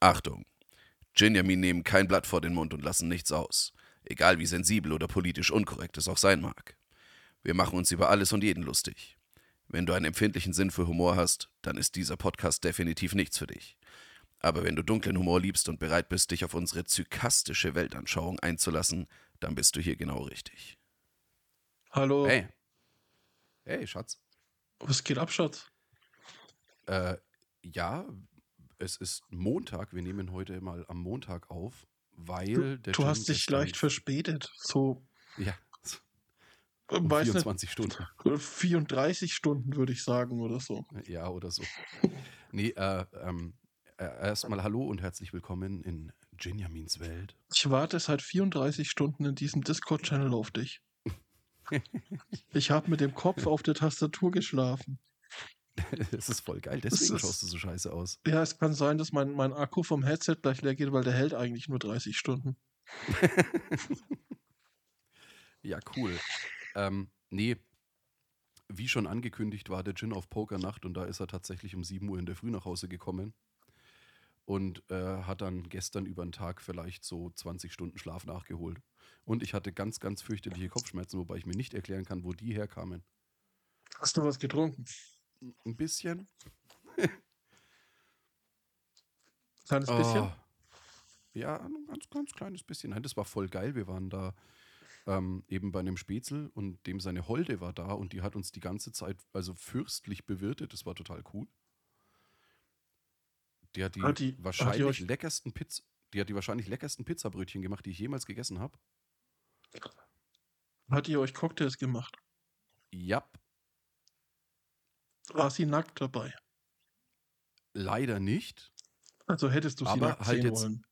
Achtung! Ginjamin nehmen kein Blatt vor den Mund und lassen nichts aus. Egal wie sensibel oder politisch unkorrekt es auch sein mag. Wir machen uns über alles und jeden lustig. Wenn du einen empfindlichen Sinn für Humor hast, dann ist dieser Podcast definitiv nichts für dich. Aber wenn du dunklen Humor liebst und bereit bist, dich auf unsere zykastische Weltanschauung einzulassen, dann bist du hier genau richtig. Hallo, Hey. Hey, Schatz. was geht ab, Schatz? Äh, ja, es ist Montag. Wir nehmen heute mal am Montag auf, weil der Du Jim hast dich gestern- leicht verspätet. So, Ja, äh, um weiß 24 Stunden. nicht, 34 äh, Stunden würde ich sagen oder so. Ja, oder so. nee, äh, ähm, äh, erstmal hallo und herzlich willkommen in Ginjamins Welt. Ich warte seit 34 Stunden in diesem Discord-Channel auf dich. ich habe mit dem Kopf auf der Tastatur geschlafen. Es ist voll geil, deswegen ist- schaust du so scheiße aus. Ja, es kann sein, dass mein, mein Akku vom Headset gleich leer geht, weil der hält eigentlich nur 30 Stunden. Ja, cool. Ähm, nee, wie schon angekündigt, war der Gin auf Pokernacht und da ist er tatsächlich um 7 Uhr in der Früh nach Hause gekommen und äh, hat dann gestern über den Tag vielleicht so 20 Stunden Schlaf nachgeholt. Und ich hatte ganz, ganz fürchterliche Kopfschmerzen, wobei ich mir nicht erklären kann, wo die herkamen. Hast du was getrunken? Ein bisschen. Kleines bisschen? Ah. Ja, ein ganz, ganz kleines bisschen. Nein, das war voll geil. Wir waren da ähm, eben bei einem Spätzl und dem seine Holde war da und die hat uns die ganze Zeit also fürstlich bewirtet. Das war total cool. Die hat die, Hat die- hat die wahrscheinlich euch- leckersten Pizz die hat die wahrscheinlich leckersten Pizzabrötchen gemacht, die ich jemals gegessen habe. Hat ihr euch Cocktails gemacht? Ja, War sie nackt dabei? leider nicht. Also hättest du sie Aber nackt halt sehen jetzt- wollen.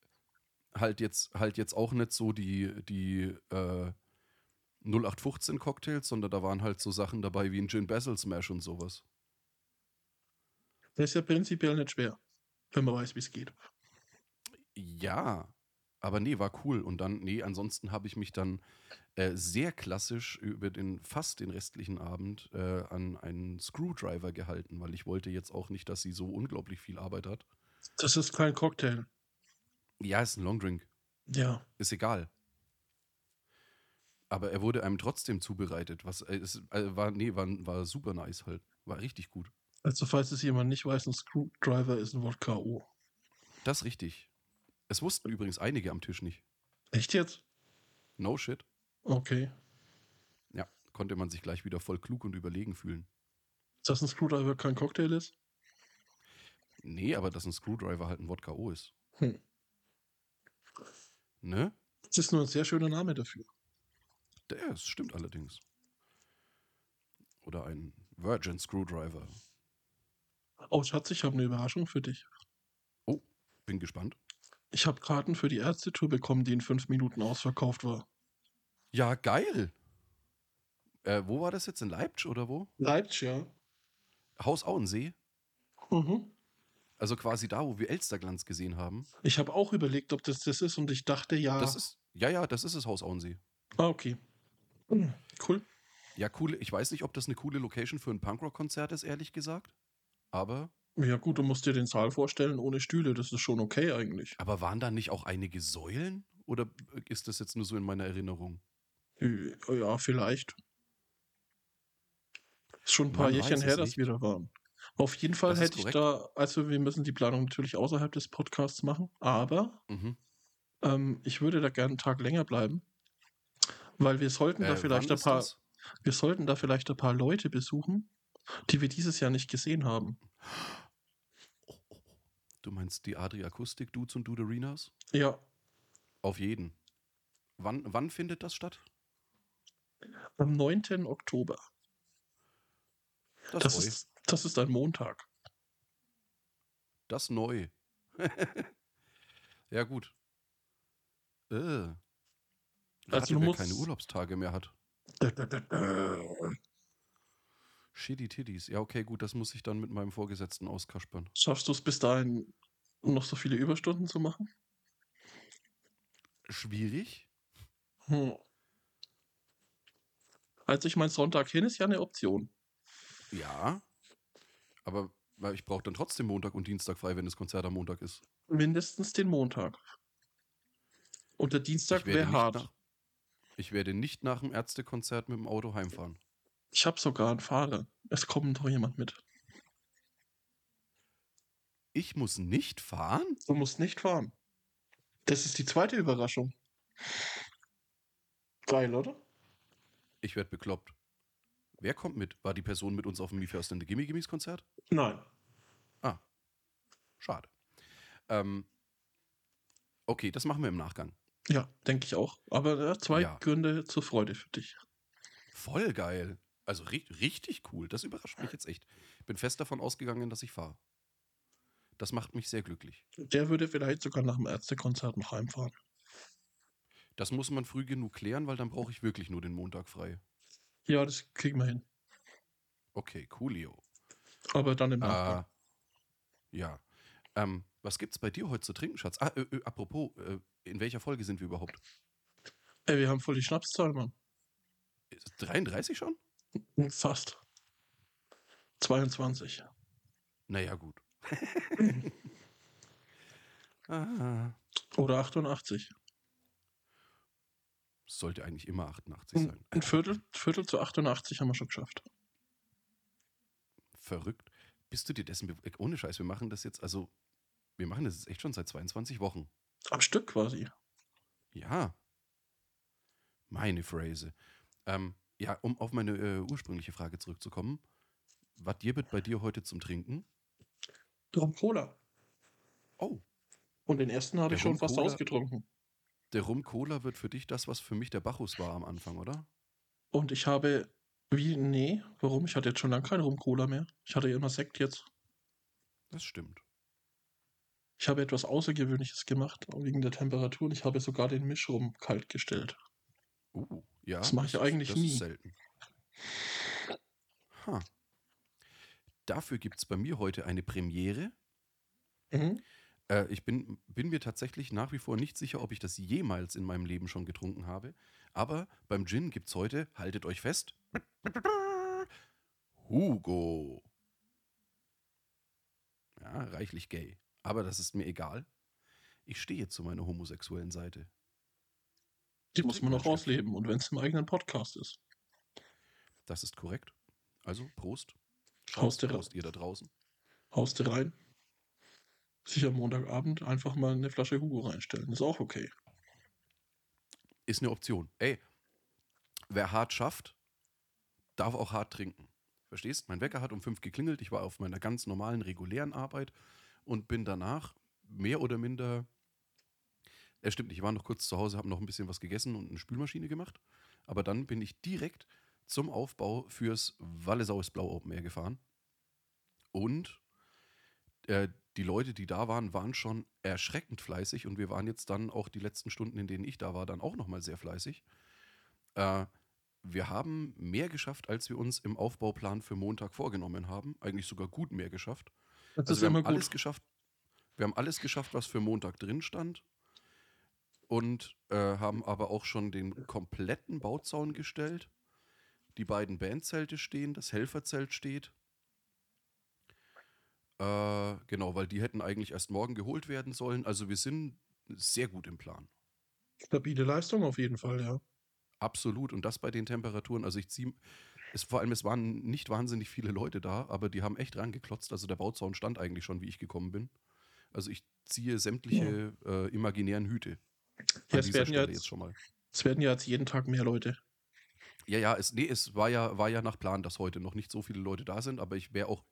halt jetzt, halt jetzt auch nicht so die, die äh, 0815 Cocktails, sondern da waren halt so Sachen dabei wie ein Gin Basil Smash und sowas. Das ist ja prinzipiell nicht schwer, wenn man weiß, wie es geht. Ja, aber nee, war cool. Und dann, nee, ansonsten habe ich mich dann äh, sehr klassisch über den fast den restlichen Abend äh, an einen Screwdriver gehalten, weil ich wollte jetzt auch nicht, dass sie so unglaublich viel Arbeit hat. Das ist kein Cocktail. Ja, ist ein Longdrink. Ja. Ist egal. Aber er wurde einem trotzdem zubereitet, was äh, es äh, war, nee, war, war super nice halt. War richtig gut. Also, falls es jemand nicht weiß, ein Screwdriver ist ein Wort K.O. Das richtig. Es wussten übrigens einige am Tisch nicht. Echt jetzt? No shit. Okay. Ja, konnte man sich gleich wieder voll klug und überlegen fühlen. Dass ein Screwdriver kein Cocktail ist? Nee, aber dass ein Screwdriver halt ein Wodka O ist. Hm. Ne? Das ist nur ein sehr schöner Name dafür. Der ist, stimmt allerdings. Oder ein Virgin Screwdriver. Oh, Schatz, ich habe eine Überraschung für dich. Bin gespannt. Ich habe Karten für die Ärztetour bekommen, die in fünf Minuten ausverkauft war. Ja, geil. Äh, wo war das jetzt? In Leipzig oder wo? Leipzig, ja. Haus Auensee? Mhm. Also quasi da, wo wir Elsterglanz gesehen haben. Ich habe auch überlegt, ob das das ist und ich dachte ja. Das ist, ja, ja, das ist es, Haus Auensee. ah, okay. Hm, Cool. Ja, cool. Ich weiß nicht, ob das eine coole Location für ein Punkrock-Konzert ist, ehrlich gesagt. Aber, Ja, gut, du musst dir den Saal vorstellen ohne Stühle. Das ist schon okay eigentlich. aber waren da nicht auch einige Säulen? Oder ist das jetzt nur so in meiner Erinnerung? Ja, vielleicht. Ist schon ein paar Man Jährchen weiß her, es dass nicht. wir da waren. Auf jeden Fall Das ist hätte ich da, also wir müssen die Planung natürlich außerhalb des Podcasts machen, aber Mhm. ähm, ich würde da gerne einen Tag länger bleiben, weil wir sollten da Äh, vielleicht wann ein ist paar, das? wir sollten da vielleicht ein paar Leute besuchen, die wir dieses Jahr nicht gesehen haben. Oh, oh, oh. Du meinst die Adriakustik, Dudes und Duderinas? Ja, Auf jeden. Wann, wann findet das statt? am 9. Oktober. Das, neu. ist, das ist ein Montag. Das neu. ja, gut. Äh. Schade, Also du wer musst- keine Urlaubstage mehr hat. Shitty Titties. Ja, okay, gut, das muss ich dann mit meinem Vorgesetzten auskaspern. Schaffst du es bis dahin noch so viele Überstunden zu machen? Schwierig? Hm. Also ich meine, Sonntag hin ist ja eine Option. Ja. Aber Weil ich brauche dann trotzdem Montag und Dienstag frei, wenn das Konzert am Montag ist. Mindestens den Montag. Und der Dienstag Ich werde wäre nicht hart. nach- Ich werde nicht nach dem Ärztekonzert mit dem Auto heimfahren. Ich habe sogar einen Fahrer. Es kommt noch jemand mit. Ich muss nicht fahren? Du musst nicht fahren. Das ist die zweite Überraschung. Geil, oder? Ich werde bekloppt. Wer kommt mit? War die Person mit uns auf dem Me First and the Gimme Gimmes Konzert? Nein. Schade. Ähm, okay, das machen wir im Nachgang. Ja, denke ich auch. Aber äh, zwei Ja. Gründe zur Freude für dich. Voll geil. Also ri richtig cool. Das überrascht mich jetzt echt. Bin fest davon ausgegangen, dass ich fahre. Das macht mich sehr glücklich. Der würde vielleicht sogar nach dem Ärztekonzert noch heimfahren. Das muss man früh genug klären, weil dann brauche ich wirklich nur den Montag frei. Ja, das kriegen wir hin. Okay, coolio. Aber dann im Nachgang. Ah, ja. Ähm, was gibt's bei dir heute zu trinken, Schatz? Ah, ö, ö, apropos, äh, in welcher Folge sind wir überhaupt? Ey, wir haben voll die Schnapszahl, Mann. Ist es 33 schon? Fast. 22. Naja, gut. ah, Oder 88. sollte eigentlich immer 88 Ein sein. ein Viertel, Viertel zu 88 haben wir schon geschafft. Verrückt. Bist du dir dessen bewusst? Ohne Scheiß, wir machen das jetzt, also, wir machen das jetzt echt schon seit 22 Wochen. Am Stück quasi. Ja. Meine Phrase. Ähm, ja, um auf meine äh, ursprüngliche Frage zurückzukommen. Was gibt bei dir heute zum Trinken? Drum Cola. Oh, Und den ersten habe Der ich schon Rum fast Cola. ausgetrunken. der Rum Cola wird für dich das, was für mich der Bacchus war am Anfang, oder? Und ich habe. Wie? Nee, warum? Ich hatte jetzt schon lange keinen Rum-Cola mehr. Ich hatte ja immer Sekt jetzt. Das stimmt. Ich habe etwas Außergewöhnliches gemacht wegen der Temperatur und ich habe sogar den Mischrum kalt gestellt. Uh, ja. Das mach ich ist- eigentlich das nie. Ist selten. Ha. Dafür gibt es bei mir heute eine Premiere. Äh, ich bin, bin mir tatsächlich nach wie vor nicht sicher, ob ich das jemals in meinem Leben schon getrunken habe. Aber beim Gin gibt es heute, haltet euch fest, Hugo. Ja, reichlich gay. Aber das ist mir egal. Ich stehe zu meiner homosexuellen Seite. Die muss man noch Trinkmann-Stück. ausleben und wenn es im eigenen Podcast ist. Das ist korrekt. Also, Prost. Haust du raus. Prost, ihr da draußen. Haust du rein. Sich am Montagabend einfach mal eine Flasche Hugo reinstellen. Ist auch okay. Ist eine Option. Ey, wer hart schafft, darf auch hart trinken. Verstehst? Mein Wecker hat um fünf geklingelt. Ich war auf meiner ganz normalen, regulären Arbeit und bin danach mehr oder minder. Ja, stimmt, nicht, ich war noch kurz zu Hause, habe noch ein bisschen was gegessen und eine Spülmaschine gemacht. Aber dann bin ich direkt zum Aufbau fürs Wallesaues Blau Open Air gefahren. Und äh, die Leute, die da waren, waren schon erschreckend fleißig und wir waren jetzt dann auch die letzten Stunden, in denen ich da war, dann auch nochmal sehr fleißig. Äh, wir haben mehr geschafft, als wir uns im Aufbauplan für Montag vorgenommen haben. Eigentlich sogar gut mehr geschafft. Das Also wir haben alles geschafft. Wir haben alles geschafft, was für Montag drin stand. Und äh, haben aber auch schon den kompletten Bauzaun gestellt. Die beiden Bandzelte stehen, das Helferzelt steht. Äh, genau, weil die hätten eigentlich erst morgen geholt werden sollen. Also wir sind sehr gut im Plan. Stabile Leistung auf jeden Fall, ja. Absolut. Und das bei den Temperaturen. Also ich ziehe, es, vor allem es waren nicht wahnsinnig viele Leute da, aber die haben echt rangeklotzt. Also der Bauzaun stand eigentlich schon, wie ich gekommen bin. Also ich ziehe sämtliche äh, imaginären Hüte. Ja, es werden ja Stelle jetzt- jetzt schon mal. Es werden ja jetzt jeden Tag mehr Leute. Ja, ja, es, nee, es war ja, war ja nach Plan, dass heute noch nicht so viele Leute da sind, aber ich wäre auch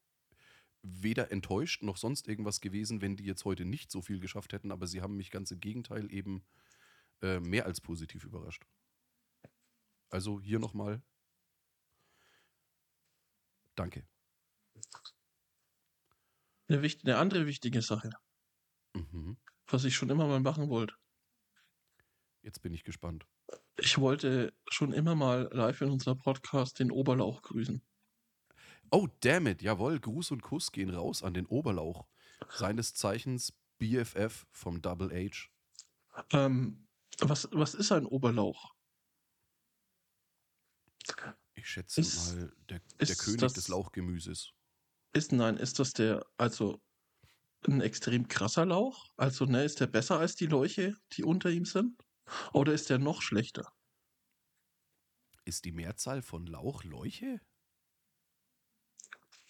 weder enttäuscht noch sonst irgendwas gewesen, wenn die jetzt heute nicht so viel geschafft hätten, aber sie haben mich ganz im Gegenteil eben äh, mehr als positiv überrascht. Also hier nochmal. Danke. Eine, wicht- eine andere wichtige Sache, Mhm. was ich schon immer mal machen wollte. Jetzt bin ich gespannt. Ich wollte schon immer mal live in unserem Podcast den Oberlauch grüßen. Oh, damn it, jawohl, Gruß und Kuss gehen raus an den Oberlauch. Seines Zeichens BFF vom Double H. Ähm, was, was ist ein Oberlauch? Ich schätze Ist- mal, der, der ist König das- des Lauchgemüses. Ist nein, ist das der, also ein extrem krasser Lauch? Also, ne, ist der besser als die Leuche, die unter ihm sind? Oder ist der noch schlechter? Ist die Mehrzahl von Lauch Leuche?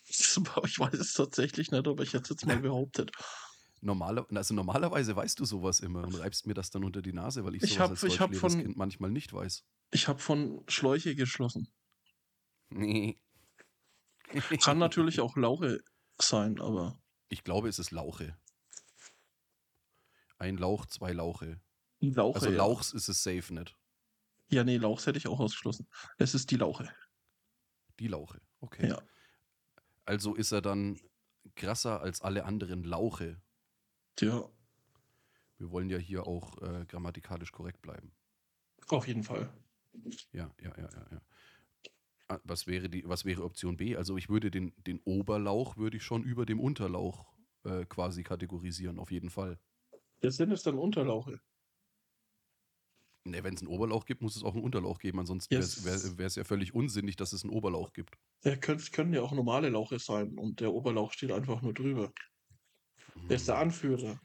Ich weiß es tatsächlich nicht, aber ich hätte es jetzt mal behauptet. Normaler, also normalerweise weißt du sowas immer und reibst mir das dann unter die Nase, weil ich sowas Ich hab- als ich hab deutschlehrtes von- Kind manchmal nicht weiß. Ich habe von Schläuche geschlossen. Nee. Kann natürlich auch Lauche sein, aber Ich glaube, es ist Lauche. Ein Lauch, zwei Lauche. Lauche. also ja. Lauchs ist es safe nicht. Ja, nee, Lauchs hätte ich auch ausgeschlossen. Es ist die Lauche. Die Lauche. Okay. Ja. Also ist er dann krasser als alle anderen Lauche. Ja, Wir wollen ja hier auch äh, grammatikalisch korrekt bleiben. auf jeden Fall. Ja, ja, ja, ja, ja. Ah, Was wäre die, was wäre Option B? Also ich würde den, den Oberlauch würde ich schon über dem Unterlauch äh, quasi kategorisieren, auf jeden Fall. Der Sinn ist dann Unterlauche. Ne, wenn es einen Oberlauch gibt, muss es auch einen Unterlauch geben, ansonsten Yes. wäre es ja völlig unsinnig, dass es einen Oberlauch gibt. Ja, können, können ja auch normale Lauche sein und der Oberlauch steht einfach nur drüber. Er ist der Anführer.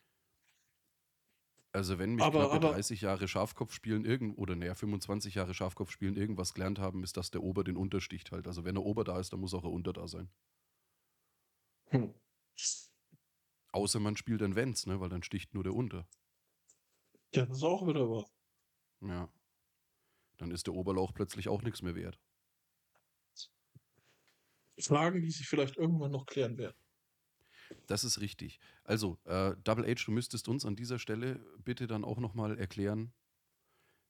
Also wenn mich Aber- knappe aber- 30 Jahre Schafkopf spielen irgend oder naja 25 Jahre Schafkopf spielen irgendwas gelernt haben, ist, dass der Ober den Untersticht halt. Also wenn der Ober da ist, dann muss auch der Unter da sein. Hm. Außer man spielt dann Wenns, ne, weil dann sticht nur der Unter. Ja, das ist auch wieder wahr. Ja. Dann ist der Oberlauch plötzlich auch nichts mehr wert. Fragen, die sich vielleicht irgendwann noch klären werden. Das ist richtig. Also äh, Double H, du müsstest uns an dieser Stelle bitte dann auch noch mal erklären,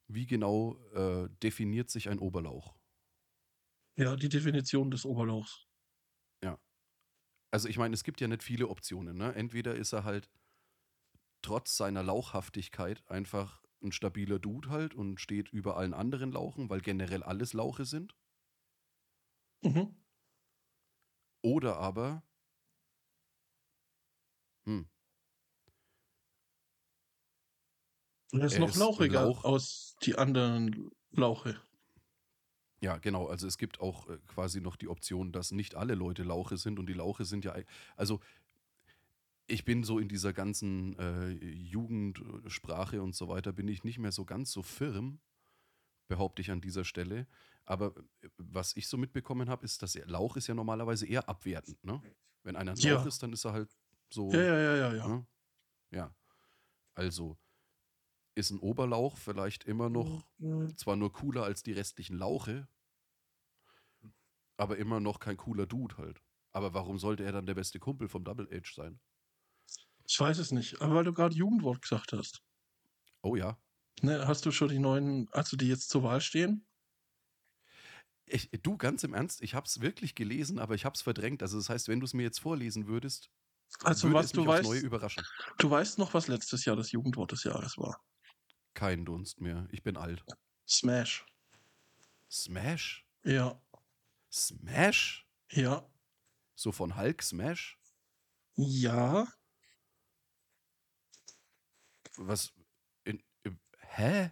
wie genau äh, definiert sich ein Oberlauch? Ja, die Definition des Oberlauchs. Also ich meine, es gibt ja nicht viele Optionen. Ne? Entweder ist er halt trotz seiner Lauchhaftigkeit einfach ein stabiler Dude halt und steht über allen anderen Lauchen, weil generell alles Lauche sind. Mhm. Oder aber hm, Er ist Er noch ist lauchiger Lauch. aus die anderen Lauche. ja, genau. Also es gibt auch äh, quasi noch die Option, dass nicht alle Leute Lauche sind und die Lauche sind ja, ei- also ich bin so in dieser ganzen äh, Jugendsprache und so weiter, bin ich nicht mehr so ganz so firm, behaupte ich an dieser Stelle. Aber äh, was ich so mitbekommen habe, ist, dass er- Lauch ist ja normalerweise eher abwertend, ne? Wenn einer ein Ja. Lauch ist, dann ist er halt so. Ja, ja, ja, ja, ja. Ne? ja. Also ist ein Oberlauch vielleicht immer Mhm. noch zwar nur cooler als die restlichen Lauche, aber immer noch kein cooler Dude halt. Aber warum sollte er dann der beste Kumpel vom Double H sein? Ich weiß es nicht, aber weil du gerade Jugendwort gesagt hast. Oh ja. Ne, hast du schon die neuen, also die jetzt zur Wahl stehen? Ich, du, ganz im Ernst, ich hab's wirklich gelesen, aber ich hab's verdrängt. Also das heißt, wenn du es mir jetzt vorlesen würdest, Also würde was es du mich aufs Neue weißt, überraschen. du weißt noch, was letztes Jahr das Jugendwort des Jahres war. Kein Dunst mehr. Ich bin alt. Smash. Smash? Ja, Smash? ja, So von Hulk Smash? ja. Was? In, in, hä?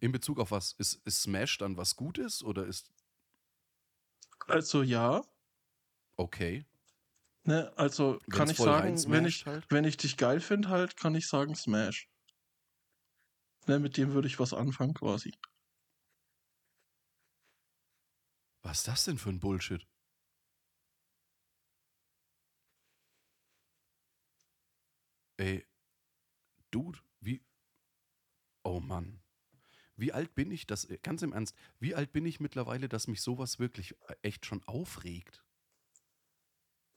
In Bezug auf was? Ist, ist Smash dann was Gutes oder ist Also ja. okay? Ne, also kann Wenn's ich voll sagen, wenn reinsmasht ich, halt? wenn ich dich geil finde, halt, kann ich sagen Smash. Ne, mit dem würde ich was anfangen quasi. Was ist das denn für ein Bullshit? Ey, Dude, wie. Oh Mann. Wie alt bin ich, das, ganz im Ernst, wie alt bin ich mittlerweile, dass mich sowas wirklich äh, echt schon aufregt?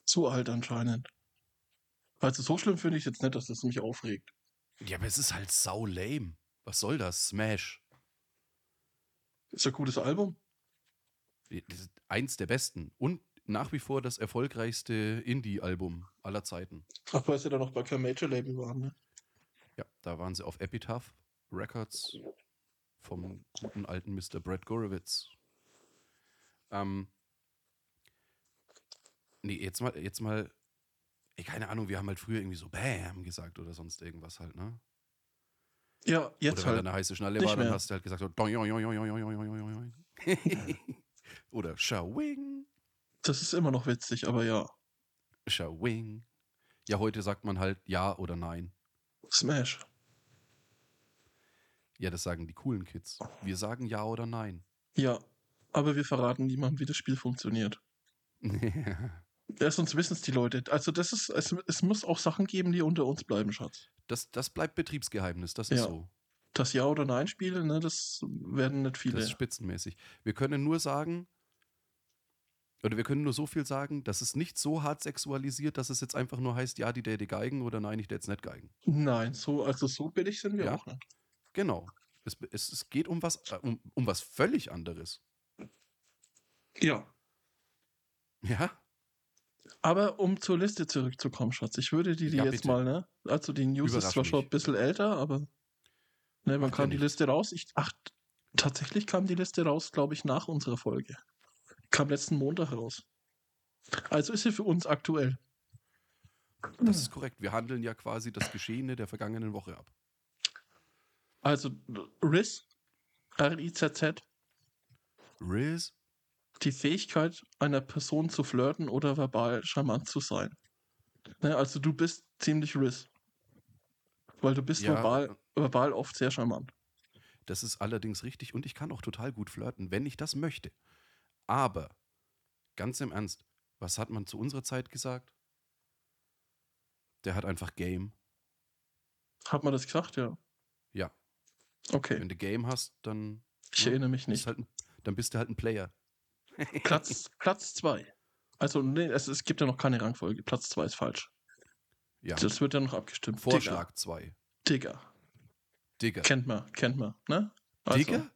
Zu alt anscheinend. Also so schlimm finde ich jetzt nicht, dass das mich aufregt. Ja, aber es ist halt sau lame. Was soll das? Smash. Ist ein gutes Album. Das ist Eins der besten und nach wie vor das erfolgreichste Indie-Album aller Zeiten. Ach, weil sie da noch bei keinem Major-Label waren, ne? Ja, da waren sie auf Epitaph Records vom guten alten Mr. Brad Gorowitz. Ähm, nee, jetzt mal, jetzt mal, ey, keine Ahnung, wir haben halt früher irgendwie so Bam gesagt oder sonst irgendwas halt, ne? Ja, jetzt oder wenn halt. da eine heiße Schnalle Nicht war, dann mehr. hast du halt gesagt so, doing, doing, doing, doing, doing, doing, doing. Oder Shawing. Das ist immer noch witzig, aber ja. Shawing. Ja, heute sagt man halt ja oder nein. Smash. Ja, das sagen die coolen Kids. Wir sagen ja oder nein. Ja, aber wir verraten niemandem, wie das Spiel funktioniert. Ja, sonst wissen es die Leute. Also das ist, es, es muss auch Sachen geben, die unter uns bleiben, Schatz. das, das bleibt Betriebsgeheimnis, das ist Ja. so. Das Ja- oder Nein-Spiel, ne, das werden nicht viele. Das ist spitzenmäßig. Wir können nur sagen, oder wir können nur so viel sagen, dass es nicht so hart sexualisiert, dass es jetzt einfach nur heißt, ja, die date Geigen oder nein, ich date nicht Geigen. Nein, so, also so billig sind wir Ja. auch nicht. Genau. Es, es, es geht um was, äh, um, um was völlig anderes. Ja. Ja? Aber um zur Liste zurückzukommen, Schatz, ich würde die, die Ja, jetzt bitte. mal, ne? Also die News Überrasch ist zwar schon mich. ein bisschen älter, aber ne, wann Macht ja kam die nichts. Liste raus? Ich, ach, tatsächlich kam die Liste raus, glaube ich, nach unserer Folge. Kam letzten Montag raus. Also ist sie für uns aktuell. Das ist korrekt. Wir handeln ja quasi das Geschehene der vergangenen Woche ab. Also RIS, R-I-Z-Z, Riz? die Fähigkeit einer Person zu flirten oder verbal charmant zu sein. Ne, also du bist ziemlich RIS. Weil du bist Ja. verbal, verbal oft sehr charmant. Das ist allerdings richtig und ich kann auch total gut flirten, wenn ich das möchte. Aber, ganz im Ernst, was hat man zu unserer Zeit gesagt? Der hat einfach Game. Hat man das gesagt, ja? Ja, Okay, wenn du Game hast, dann, ich erinnere mich bist nicht. halt ein, dann bist du halt ein Player. Platz 2. Also, nee, es, es gibt ja noch keine Rangfolge. Platz 2 ist falsch. Ja. Das wird ja noch abgestimmt. Vorschlag 2. Digger. Digger. Digger. Kennt man, kennt man, ne? Also, Digger?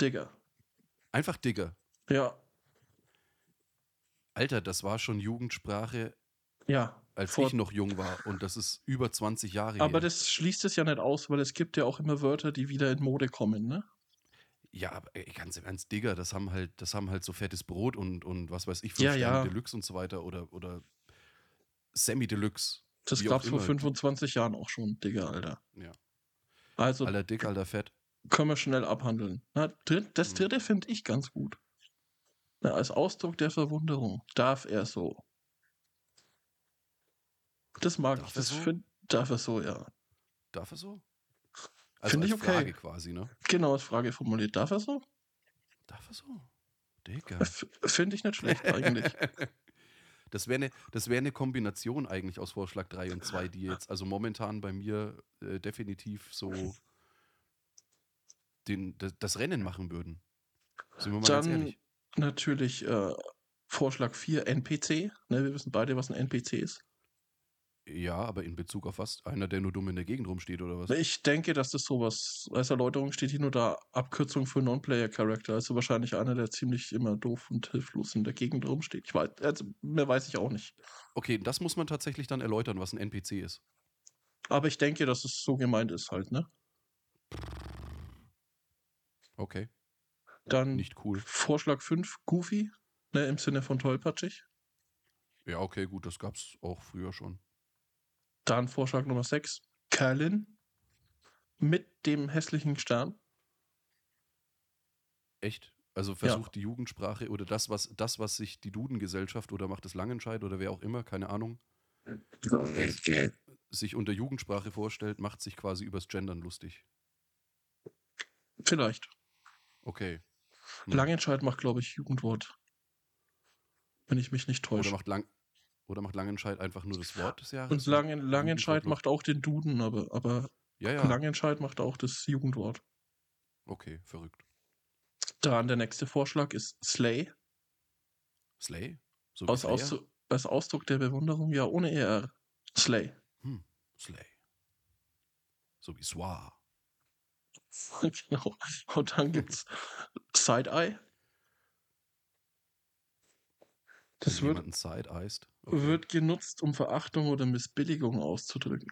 Digger. Einfach Digger. Ja, Alter, das war schon Jugendsprache, ja. als Vor- ich noch jung war und das ist über 20 Jahre Aber her. das schließt es ja nicht aus, weil es gibt ja auch immer Wörter, die wieder in Mode kommen, ne? Ja, aber ey, ganz im Ernst, Digga, das haben halt, das haben halt so fettes Brot und, und was weiß ich, fünf Ja, Sterne ja. Deluxe und so weiter oder, oder Semi-Deluxe. Das Wie auch gab es vor immer. 25 Jahren auch schon, Digga, Alter. Ja. Also Alter dick, alter fett. können wir schnell abhandeln. Na, dritt, das Mhm. dritte finde ich ganz gut. Na, als Ausdruck der Verwunderung darf er so. Das mag Darf ich. er Das so? find, darf er so, ja. Darf er so? Also Find ich als okay. Frage quasi, ne? Genau als Frage formuliert. Darf er so? Darf er so? Digga. Finde ich nicht schlecht eigentlich. Das wäre eine wär ne Kombination eigentlich aus Vorschlag 3 und 2, die jetzt also momentan bei mir äh, definitiv so den, das, das Rennen machen würden. Sind wir mal ganz Dann- ehrlich. Natürlich äh, Vorschlag 4, NPC. Ne, wir wissen beide, was ein NPC ist. Ja, aber in Bezug auf was? Einer, der nur dumm in der Gegend rumsteht oder was? Also Ich denke, dass das sowas, als Erläuterung steht hier nur da, Abkürzung für Non-Player-Character, also wahrscheinlich einer, der ziemlich immer doof und hilflos in der Gegend rumsteht. Ich weiß, also, mehr weiß ich auch nicht. Okay, das muss man tatsächlich dann erläutern, was ein NPC ist. Aber ich denke, dass es so gemeint ist halt, ne? Okay, Dann nicht cool. Vorschlag 5, Goofy, ne, im Sinne von tollpatschig. Ja, okay, gut, das gab's auch früher schon. Dann Vorschlag Nummer 6, Kerlin, mit dem hässlichen Stern. Echt? Also versucht die Jugendsprache oder das, was das, was sich die Dudengesellschaft oder macht es Langenscheid oder wer auch immer, keine Ahnung, sich unter Jugendsprache vorstellt, macht sich quasi übers Gendern lustig. Vielleicht. Okay. Hm. Langenscheid macht, glaube ich, Jugendwort. Wenn ich mich nicht Oder täusche. macht, Lang oder macht Langenscheid einfach nur das Wort des Jahres? Und Langen, Langenscheid Jugendwortlos. macht auch den Duden, aber, aber Ja, ja. Langenscheid macht auch das Jugendwort. Okay, verrückt. Dann der nächste Vorschlag ist Slay. Slay? So wie Aus Slayer? Ausdru als Ausdruck der Bewunderung, ja, ohne ER. Slay. Slay. So wie Swa. genau. Und dann gibt's Side-Eye. Das Wenn wird, jemanden side-eist. wird genutzt, um Verachtung oder Missbilligung auszudrücken.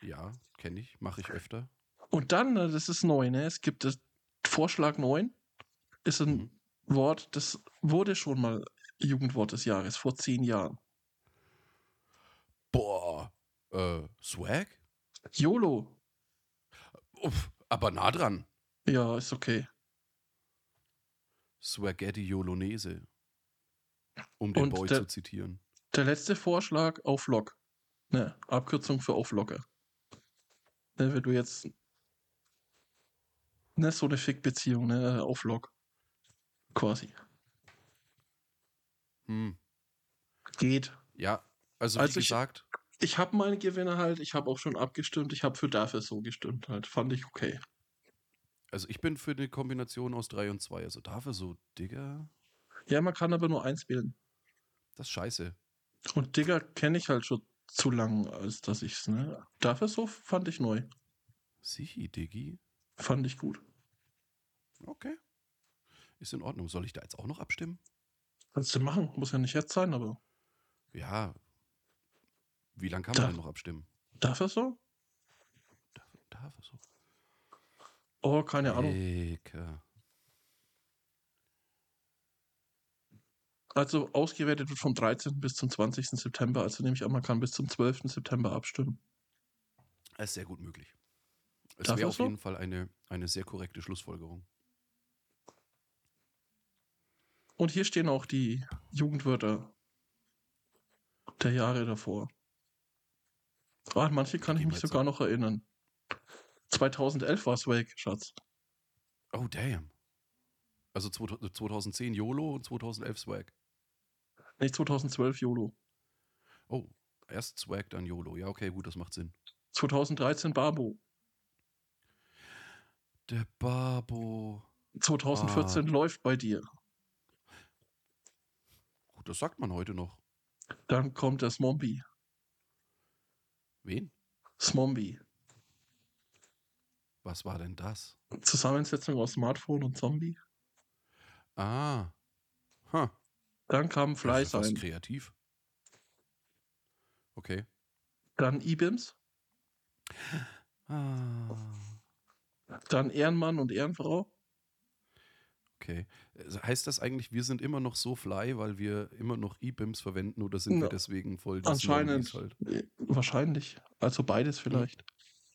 Ja, kenne ich, mache ich öfter. Und dann, na, das ist neu, ne? Es gibt das Vorschlag 9, ist ein Mhm. Wort, das wurde schon mal Jugendwort des Jahres, vor zehn Jahren. Boah. Äh, Swag? YOLO. Uff, aber nah dran. Ja, ist okay. Spaghetti Jolonese. Um den Und Boy der- äh, zu zitieren. Der letzte Vorschlag auf Lock. Ne, Abkürzung für auf Locker. Ne, wenn du jetzt. Ne, so eine Fick-Beziehung, ne, auf Lock. Quasi. Hm. Geht. Ja, also Als wie ich- gesagt, Ich habe meine Gewinne halt, ich habe auch schon abgestimmt, ich habe für dafür so gestimmt halt. Fand ich okay. also ich bin für eine Kombination aus 3 und 2. Also dafür so, Digga, Ja, man kann aber nur eins wählen. das ist scheiße. Und Digger kenne ich halt schon zu lang, als dass ich's, ne? Dafür so fand ich neu. Sichi, Diggi. Fand ich gut. Okay. Ist in Ordnung. Soll ich da jetzt auch noch abstimmen? Kannst du machen, muss ja nicht jetzt sein, aber Ja. Wie lange kann Da- man denn noch abstimmen? dafür so? Dafür so. Oh, keine Ahnung. Digga. Also ausgewertet wird vom 13. bis zum 20. September, also nehme ich an, man kann bis zum 12. September abstimmen. Das ist sehr gut möglich. Es Darf wäre das auf so? jeden Fall eine, eine sehr korrekte Schlussfolgerung. Und hier stehen auch die Jugendwörter der Jahre davor. Ah, an manche kann ich mich sogar noch erinnern. 2011 war es weg, Schatz. Oh, damn. Also 2000 2010 YOLO und 2011 Swag. Nee, 2012 YOLO. Oh, erst Swag, dann YOLO. Ja, okay, gut, das macht Sinn. 2013 Babo. Der Babo. 2014 läuft bei dir. Gut, das sagt man heute noch. Dann kommt das Mombi. Wen? Smombi. Was war denn das? Zusammensetzung aus Smartphone und Zombie. Ah. Ha. Dann kam Das Fleiß ist ja fast ein. kreativ. Okay. Dann Ibims. Ah. Dann Ehrenmann und Ehrenfrau. Okay. Also Heißt das eigentlich, wir sind immer noch so fly, weil wir immer noch E-Bims verwenden oder sind Na, wir deswegen voll die Anscheinend. Zombies Halt? Äh, Wahrscheinlich. Also beides vielleicht.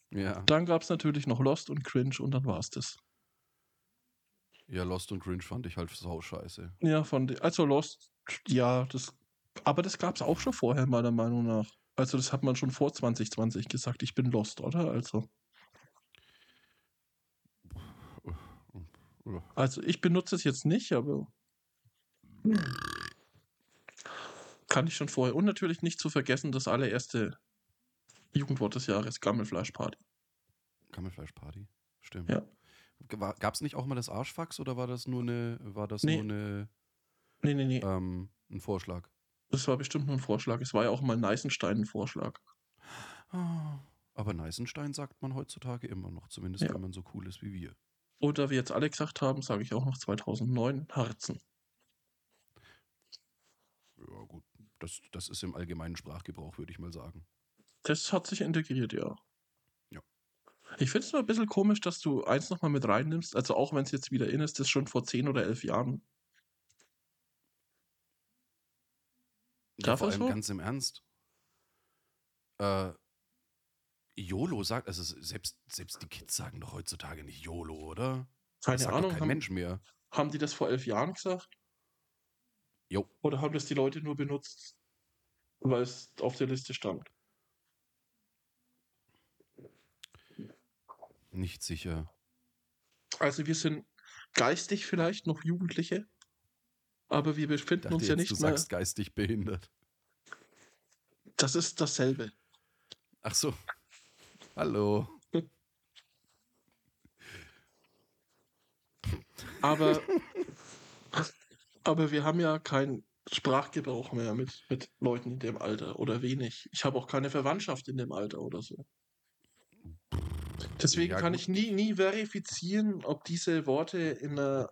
Ja. Dann gab es natürlich noch Lost und Cringe und dann war es das. ja, Lost und Cringe fand ich halt sau scheiße. Ja, von de- also Lost, ja, das. Aber das gab es auch schon vorher, meiner Meinung nach. Also, das hat man schon vor 2020 gesagt. Ich bin Lost, oder? Also. Also ich benutze es jetzt nicht, aber kann ich schon vorher. Und natürlich nicht zu vergessen, das allererste Jugendwort des Jahres, Gammelfleischparty. Gammelfleischparty. Stimmt. Ja. Gab es nicht auch mal das Arschfax oder war das nur eine, war das Nee. nur eine, Nee, nee, nee. ähm, ein Vorschlag? Das war bestimmt nur ein Vorschlag. Es war ja auch mal Neisenstein ein Vorschlag. Ah, Aber Neisenstein sagt man heutzutage immer noch, zumindest Ja. wenn man so cool ist wie wir. Oder wie jetzt alle gesagt haben, sage ich auch noch 2009, Harzen. Ja, gut. Das, das ist im allgemeinen Sprachgebrauch, würde ich mal sagen. Das hat sich integriert, ja. Ja. Ich finde es nur ein bisschen komisch, dass du eins nochmal mit reinnimmst. Also auch wenn es jetzt wieder in ist, das ist schon vor 10 oder 11 Jahren. Ja, Darf vor das allem so? ganz im Ernst. Äh, YOLO sagt, also selbst, selbst die Kids sagen doch heutzutage nicht YOLO, oder? das Keine sagt Ahnung, doch kein haben- Mensch mehr. Haben die das vor elf Jahren gesagt? Jo. Oder haben das die Leute nur benutzt, weil es auf der Liste stand? Nicht sicher. Also wir sind geistig vielleicht noch Jugendliche, aber wir Ich befinden dachte uns ja jetzt, nicht du mehr. sagst geistig behindert. Das ist dasselbe. Ach so. Hallo. Aber, aber wir haben ja keinen Sprachgebrauch mehr mit, mit Leuten in dem Alter oder wenig. Ich habe auch keine Verwandtschaft in dem Alter oder so. Deswegen Ja, kann gut. ich nie, nie verifizieren, ob diese Worte in einer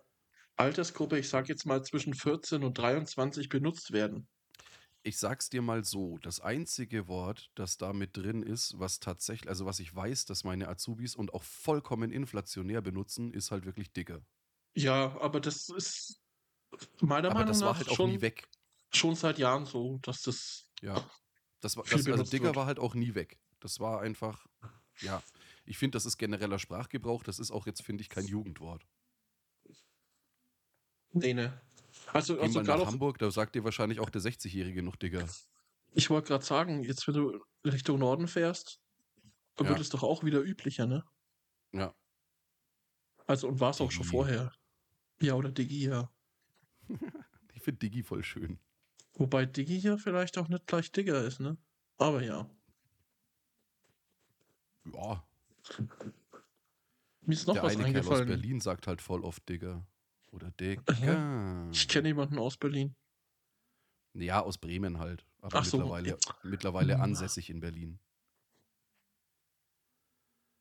Altersgruppe, ich sage jetzt mal zwischen 14 und 23, benutzt werden. Ich sag's dir mal so: Das einzige Wort, das da mit drin ist, was tatsächlich, also was ich weiß, dass meine Azubis und auch vollkommen inflationär benutzen, ist halt wirklich Digger. Ja, aber das ist meiner Aber Meinung das war nach halt auch nie schon, weg. schon seit Jahren so, dass das Ja. Das war, viel das, also benutzt Digger wird. war halt auch nie weg. Das war einfach, ja. Ich finde, das ist genereller Sprachgebrauch. Das ist auch jetzt, finde ich, kein Jugendwort. Nee, ne. Also, Geh also mal gerade nach auf, Also, Hamburg, da sagt dir wahrscheinlich auch der 60-Jährige noch Digger. Ich wollte gerade sagen, jetzt wenn du Richtung Norden fährst, dann Ja. wird es doch auch wieder üblicher, ne? Ja. Also und war es auch schon Digi. vorher. Ja, oder Digi, ja. Ich finde Digi voll schön. Wobei Digi ja vielleicht auch nicht gleich Digger ist, ne? Aber ja. Ja, Mir ist noch der was eine Kerl aus eingefallen. Berlin sagt halt voll oft Digger. Oder Digger. Ich kenne jemanden aus Berlin. Ja, aus Bremen halt. Aber Ach so, mittlerweile, ja. mittlerweile Hm. ansässig in Berlin.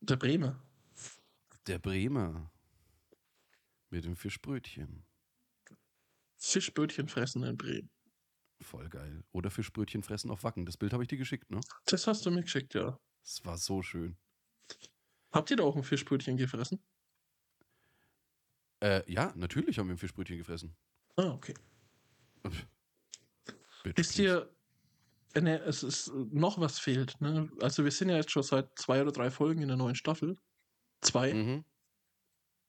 Der Bremer. Der Bremer. Mit dem Fischbrötchen. Fischbrötchen fressen in Bremen. Voll geil. Oder Fischbrötchen fressen auf Wacken. Das Bild habe ich dir geschickt, ne? Das hast du mir geschickt, ja. Es war so schön. Habt ihr da auch ein Fischbrötchen gefressen? Äh, ja, natürlich haben wir ein Fischbrötchen gefressen. Ah, okay. Bitch, Wisst ihr, äh, ne, es ist äh, noch was fehlt. Ne? Also wir sind ja jetzt schon seit zwei oder drei Folgen in der neuen Staffel. Zwei. äh please. Mhm.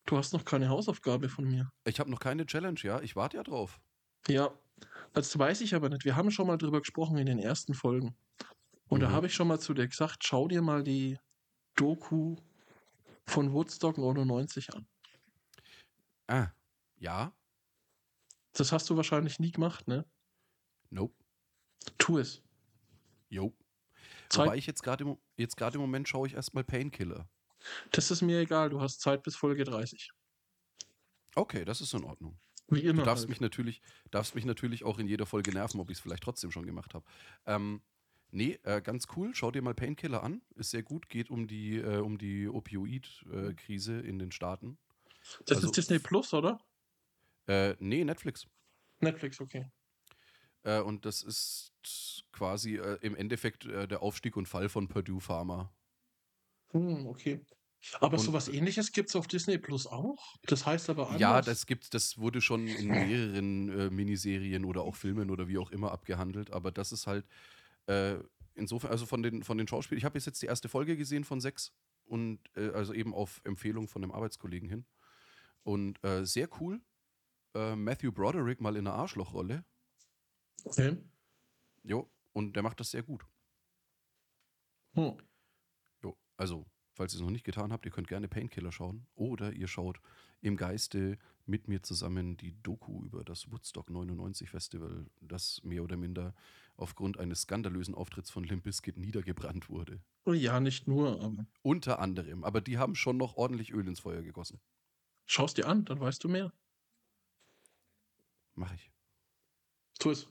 Du hast noch keine Hausaufgabe von mir. Ich habe noch keine Challenge, ja? Ich warte ja drauf. Ja, das weiß ich aber nicht. Wir haben schon mal drüber gesprochen in den ersten Folgen. Und da Mhm. habe ich schon mal zu dir gesagt, schau dir mal die Doku von Woodstock 99 an. Ah. Ja? Das hast du wahrscheinlich nie gemacht, ne? Nope. Tu es. Jo. Zeit- Wobei ich jetzt gerade im, Mo- jetzt gerade im Moment schaue ich erstmal Painkiller. Das ist mir egal, du hast Zeit bis Folge 30. Okay, das ist in Ordnung. Wie immer. Du darfst halt. mich, natürlich, darfst mich natürlich auch in jeder Folge nerven, ob ich es vielleicht trotzdem schon gemacht habe. Ähm, nee, äh, ganz cool. Schau dir mal Painkiller an. Ist sehr gut. Geht um die, äh, um die Opioid-Krise äh, in den Staaten. das also- ist Disney Plus, oder? Äh, nee, Netflix. Netflix, okay. Äh, und das ist quasi äh, im Endeffekt äh, der Aufstieg und Fall von Purdue Pharma. Hm, okay. Aber Und- sowas ähnliches gibt es auf Disney Plus auch? Das heißt aber anders. Ja, das gibt, das wurde schon in mehreren äh, Miniserien oder auch Filmen oder wie auch immer abgehandelt, aber das ist halt äh, insofern, also von den, von den Schauspielern, ich habe jetzt, jetzt die erste Folge gesehen von sechs und äh, also eben auf Empfehlung von einem Arbeitskollegen hin. Und äh, sehr cool. Äh, Matthew Broderick mal in einer Arschlochrolle. Okay. Jo, und der macht das sehr gut. Hm. Jo, also, falls ihr es noch nicht getan habt, ihr könnt gerne Painkiller schauen. Oder ihr schaut im Geiste mit mir zusammen die Doku über das Woodstock 99 Festival, das mehr oder minder aufgrund eines skandalösen Auftritts von Limp Bizkit niedergebrannt wurde. Oh Ja, nicht nur, aber Unter anderem, aber die haben schon noch ordentlich Öl ins Feuer gegossen. schaust dir an, dann weißt du mehr. Mach ich. Tu es.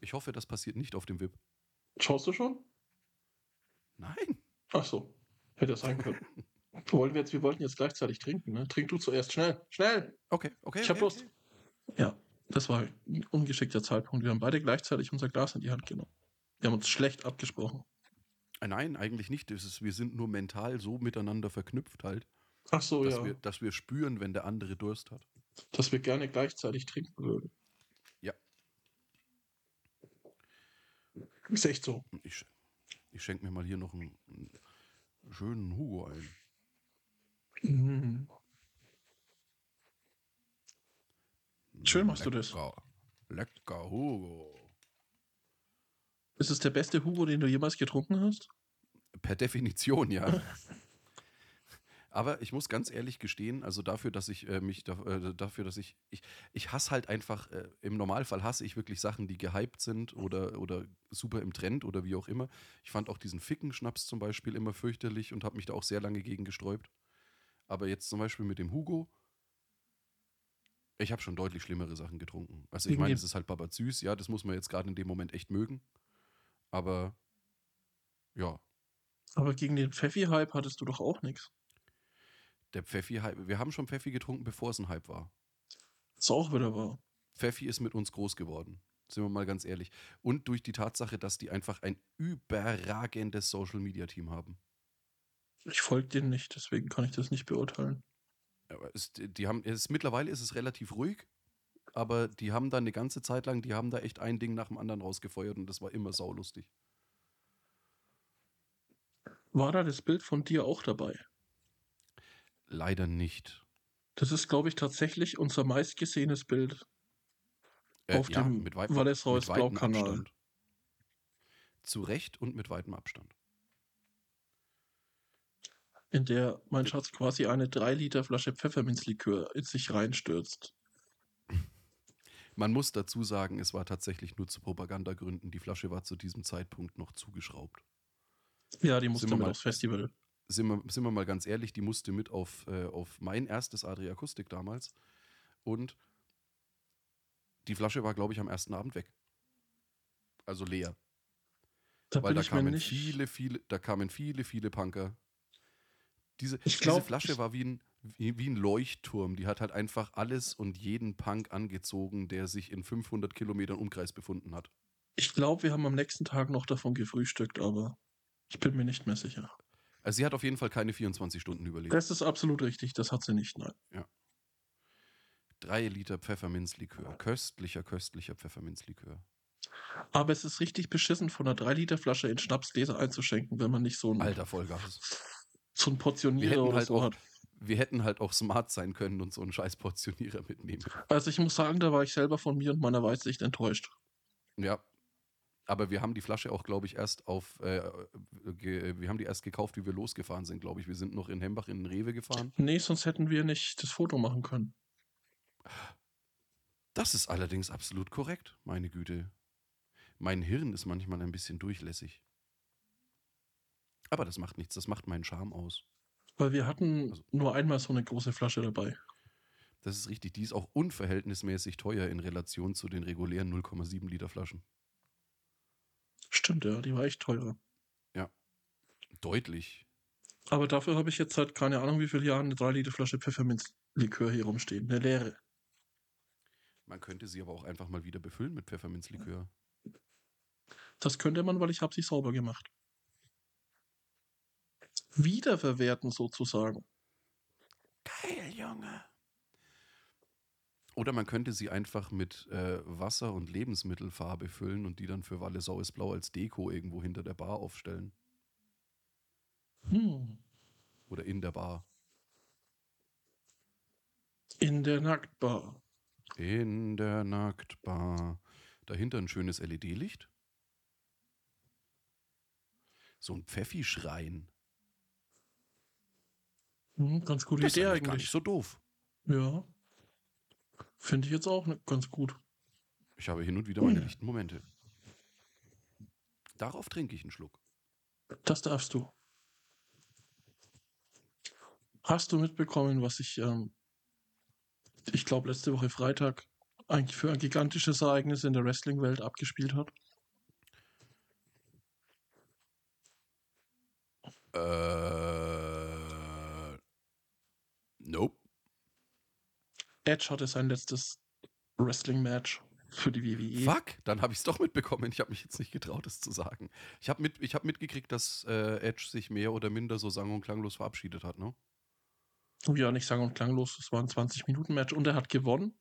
Ich hoffe, das passiert nicht auf dem VIP. Schaust du schon? Nein. Ach so. Hätte das sein können. Wollen wir, jetzt, wir wollten jetzt gleichzeitig trinken, ne? Trink du zuerst. Schnell, schnell. Okay, okay. Ich hab okay, Lust. okay. Ja, das war ein ungeschickter Zeitpunkt. Wir haben beide gleichzeitig unser Glas in die Hand genommen. Wir haben uns schlecht abgesprochen. Äh, Nein, eigentlich nicht. Es ist, wir sind nur mental so miteinander verknüpft halt, Ach so, dass, Oh ja. wir, dass wir spüren, wenn der andere Durst hat. dass wir gerne gleichzeitig trinken würden. Ja. Ist echt so. Ich, sch- ich schenke mir mal hier noch einen, einen schönen Hugo ein. Mhm. Schön machst du das. Lecker. Lecker Hugo. Ist es der beste Hugo, den du jemals getrunken hast? Per Definition, ja. Aber ich muss ganz ehrlich gestehen, also dafür, dass ich äh, mich, da, äh, dafür, dass ich, ich, ich hasse halt einfach, äh, im Normalfall hasse ich wirklich Sachen, die gehypt sind oder, oder super im Trend oder wie auch immer. Ich fand auch diesen Ficken-Schnaps zum Beispiel immer fürchterlich und habe mich da auch sehr lange gegen gesträubt. Aber jetzt zum Beispiel mit dem Hugo, ich habe schon deutlich schlimmere Sachen getrunken. Also ich Wegen meine, dem- es ist halt Baba süß, ja, das muss man jetzt gerade in dem Moment echt mögen. Aber ja, Aber gegen den Pfeffi-Hype hattest du doch auch nichts. Der Pfeffi-Hype. Wir haben schon Pfeffi getrunken, bevor es ein Hype war. Ist auch wieder wahr. Pfeffi ist mit uns groß geworden. Sind wir mal ganz ehrlich. Und durch die Tatsache, dass die einfach ein überragendes Social-Media-Team haben. Ich folge dir nicht, deswegen kann ich das nicht beurteilen. Aber es, die haben, es, mittlerweile ist es relativ ruhig, aber die haben da eine ganze Zeit lang, die haben da echt ein Ding nach dem anderen rausgefeuert und das war immer saulustig. War da das Bild von dir auch dabei? Leider nicht. Das ist, glaube ich, tatsächlich unser meistgesehenes Bild. Auf dem weit- Wallis-Reus-Blau-Kanal. weitem Abstand. Zu Recht und mit weitem Abstand. in der mein Schatz quasi eine 3-Liter-Flasche Pfefferminzlikör in sich reinstürzt. Man muss dazu sagen, es war tatsächlich nur zu Propagandagründen. Die Flasche war zu diesem Zeitpunkt noch zugeschraubt. Ja, die musste wir mit mal- aufs Festival. Sind wir, sind wir mal ganz ehrlich, die musste mit auf, äh, auf mein erstes Adriakustik damals. Und die Flasche war, glaube ich, am ersten Abend weg. Also leer. Da Weil bin da ich mir kamen nicht. viele, viele, da kamen viele, viele Punker. Diese, Ich glaub, diese Flasche ich- war wie ein, wie, wie ein Leuchtturm. Die hat halt einfach alles und jeden Punk angezogen, der sich in 500 Kilometern Umkreis befunden hat. Ich glaube, wir haben am nächsten Tag noch davon gefrühstückt, aber ich bin mir nicht mehr sicher. Also sie hat auf jeden Fall keine 24 Stunden überlebt. Das ist absolut richtig, das hat sie nicht, nein. Drei Liter Pfefferminzlikör. Köstlicher, köstlicher Pfefferminzlikör. Aber es ist richtig beschissen, von einer 3-Liter-Flasche in Schnapsgläser einzuschenken, wenn man nicht so ein, Alter Vollgas. so ein Wir Portionierer hätten, oder halt so auch, hat. wir hätten halt auch smart sein können und so einen scheiß Portionierer mitnehmen. Also ich muss sagen, da war ich selber von mir und meiner Weitsicht enttäuscht. Ja. Aber wir haben die Flasche auch, glaube ich, erst auf. Äh, ge, wir haben die erst gekauft, wie wir losgefahren sind, glaube ich. Wir sind noch in Hembach in den Rewe gefahren. Nee, sonst hätten wir nicht das Foto machen können. Das ist allerdings absolut korrekt, meine Güte. Mein Hirn ist manchmal ein bisschen durchlässig. Aber das macht nichts, das macht meinen Charme aus. Weil wir hatten Also- nur einmal so eine große Flasche dabei. Das ist richtig, die ist auch unverhältnismäßig teuer in Relation zu den regulären 0,7 Liter Flaschen. Stimmt, ja, die war echt teurer. Deutlich. Aber dafür habe ich jetzt seit keine Ahnung wie vielen Jahren eine 3-Liter-Flasche Pfefferminzlikör hier rumstehen. Eine leere. Man könnte sie aber auch einfach mal wieder befüllen mit Pfefferminzlikör. Das könnte man, weil ich habe sie sauber gemacht. Wiederverwerten sozusagen. Geil, Junge. Oder man könnte sie einfach mit äh, Wasser und Lebensmittelfarbe füllen und die dann für Wallisau ist blau als Deko irgendwo hinter der Bar aufstellen. Hm. Oder in der Bar. In der Nacktbar. In der Nacktbar. Dahinter ein schönes E LED-Licht. So ein Pfeffi-Schrein. Hm, ganz coole Das ist Idee eigentlich gar nicht eigentlich. so doof. Ja. Finde ich jetzt auch ne, ganz gut. Ich habe hin und wieder meine Ja. lichten Momente. Darauf trinke ich einen Schluck. Das darfst du. Hast du mitbekommen, was ich, ähm, ich glaube, letzte Woche Freitag eigentlich für ein gigantisches Ereignis in der Wrestling-Welt abgespielt hat? Äh. Nope. Edge hatte sein letztes Wrestling-Match für die E. WWE. Fuck, dann habe ich es doch mitbekommen. Ich habe mich jetzt nicht getraut, es zu sagen. Ich habe mit, ich hab mitgekriegt, dass äh, Edge sich mehr oder minder so sang- und klanglos verabschiedet hat, ne? Ja, nicht sagen und klanglos, es war ein 20-Minuten-Match und er hat gewonnen.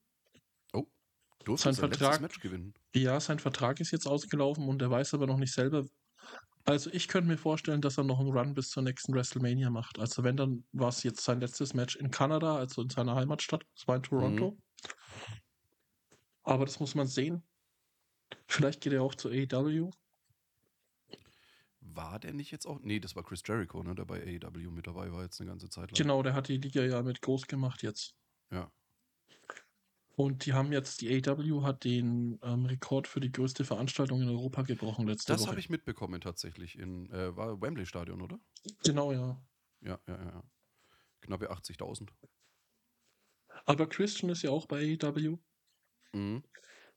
Durfte Sein sein letztes Vertrag- Match gewinnen. Ja, sein Vertrag ist jetzt ausgelaufen und er weiß aber noch nicht selber. Also ich könnte mir vorstellen, dass er noch einen Run bis zur nächsten WrestleMania macht. Also wenn, dann war es jetzt sein letztes Match in Kanada, also in seiner Heimatstadt. Es war in Toronto. Mhm. Aber das muss man sehen. Vielleicht geht er auch zu E AEW. War der nicht jetzt auch? Nee, das war Chris Jericho, ne? Der bei AEW mit dabei war jetzt eine ganze Zeit lang. Genau, der hat die Liga ja mit groß gemacht jetzt. Ja. Und die haben jetzt, die AEW hat den ähm, Rekord für die größte Veranstaltung in Europa gebrochen letzte Das Woche. habe ich mitbekommen tatsächlich. In, äh, war Wembley Stadion, oder? Genau, ja. Ja, ja, ja. ja. Knappe 80.000. Aber Christian ist ja auch bei E AEW. Mhm.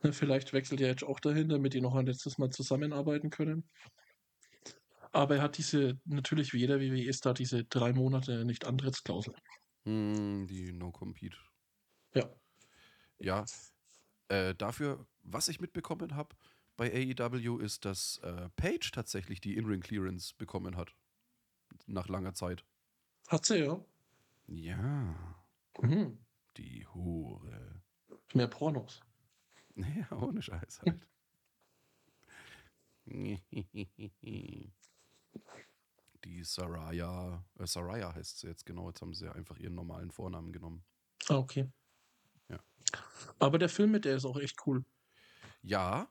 Ne, Vielleicht wechselt er jetzt auch dahin, damit die noch ein letztes Mal zusammenarbeiten können. Aber er hat diese, natürlich wie jeder WWE ist da diese drei Monate Nicht-Antrittsklausel. Mhm, die No-Compete. Ja. Ja. Äh, dafür, was ich mitbekommen habe bei AEW, ist, dass äh, Paige tatsächlich die In-Ring-Clearance bekommen hat. Nach langer Zeit. Hat sie ja. Ja, Mhm. die Hure. Mehr Pornos. Ja, ohne Scheiß halt. die Saraya, äh, Saraya heißt sie jetzt genau, jetzt haben sie ja einfach ihren normalen Vornamen genommen. Ah, okay. Ja. Aber der Film mit der ist auch echt cool. Ja,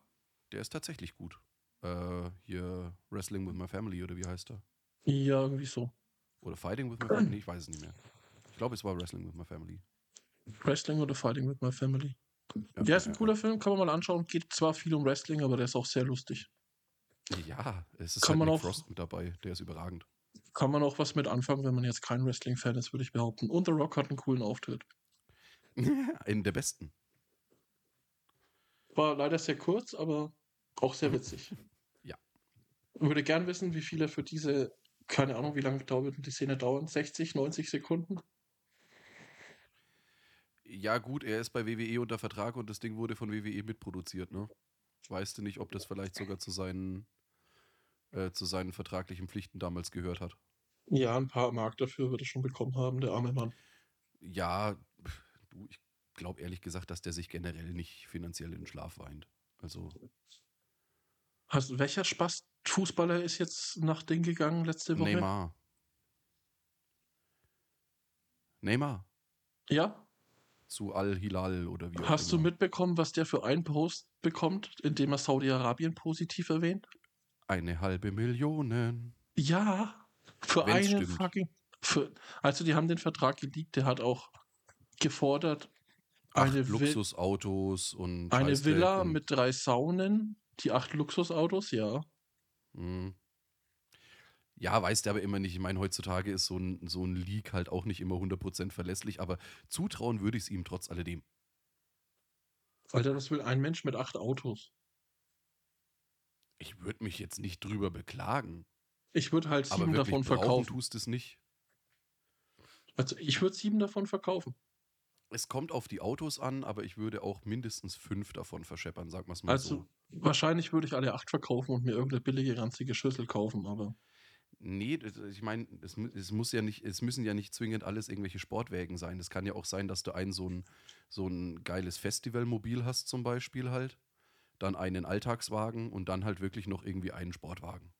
der ist tatsächlich gut. Äh, hier Wrestling with My Family oder wie heißt er? Ja, irgendwie so. Oder Fighting with My Family? Ich weiß es nicht mehr. Ich glaube, es war Wrestling with My Family. Wrestling oder Fighting with My Family. Ja, ist ein cooler Film, kann man mal anschauen. Geht zwar viel um Wrestling, aber der ist auch sehr lustig. Ja, es ist halt Kann man Nick auch- Frost mit dabei. Der ist überragend. Kann man auch was mit anfangen, wenn man jetzt kein Wrestling-Fan ist, würde ich behaupten. Und The Rock hat einen coolen Auftritt. Einen der besten. War leider sehr kurz, aber auch sehr witzig. Ja. Würde gern wissen, wie viel er für diese, keine Ahnung, wie lange dauert die Szene dauern? 60, 90 Sekunden? Ja, gut, er ist bei WWE unter Vertrag und das Ding wurde von WWE mitproduziert, ne? Weißt du nicht, ob das vielleicht sogar zu seinen, äh, zu seinen vertraglichen Pflichten damals gehört hat? Ja, ein paar Mark dafür wird er schon bekommen haben, der arme Mann. Ja, pf, du, ich glaube ehrlich gesagt, dass der sich generell nicht finanziell in den Schlaf weint. Also, Hast, welcher Spaß-Fußballer ist jetzt nach Ding gegangen letzte Woche? Neymar. Neymar Ja, zu Al-Hilal oder wie auch Hast du immer. mitbekommen, was der für einen Post bekommt, indem er Saudi-Arabien positiv erwähnt? Eine halbe Million. Ja, für Wenn's einen stimmt. fucking. Für, also, die haben den Vertrag geleakt, der hat auch gefordert, Acht eine, Vi Luxusautos und eine Scheißgeld Villa und- mit drei Saunen, die acht Luxusautos, ja. Mhm. Ja, weißt du aber immer nicht. Ich meine, heutzutage ist so ein, so ein Leak halt auch nicht immer 100% verlässlich, aber zutrauen würde ich es ihm trotz alledem. Alter, das will ein Mensch mit acht Autos. Ich würde mich jetzt nicht drüber beklagen, Ich würde halt aber sieben wirklich davon brauchen verkaufen. tust es nicht. Also, ich würde sieben davon verkaufen. Es kommt auf die Autos an, aber ich würde auch mindestens fünf davon verscheppern, sag mal's mal Also, so. wahrscheinlich würde ich alle acht verkaufen und mir irgendeine billige, ranzige Schüssel kaufen, aber. Nee, das- ich meine, es, mu- es muss ja nicht, es müssen ja nicht zwingend alles irgendwelche Sportwägen sein. Es kann ja auch sein, dass du ein so ein, so ein geiles Festivalmobil hast, zum Beispiel halt, dann einen Alltagswagen und dann halt wirklich noch irgendwie einen Sportwagen.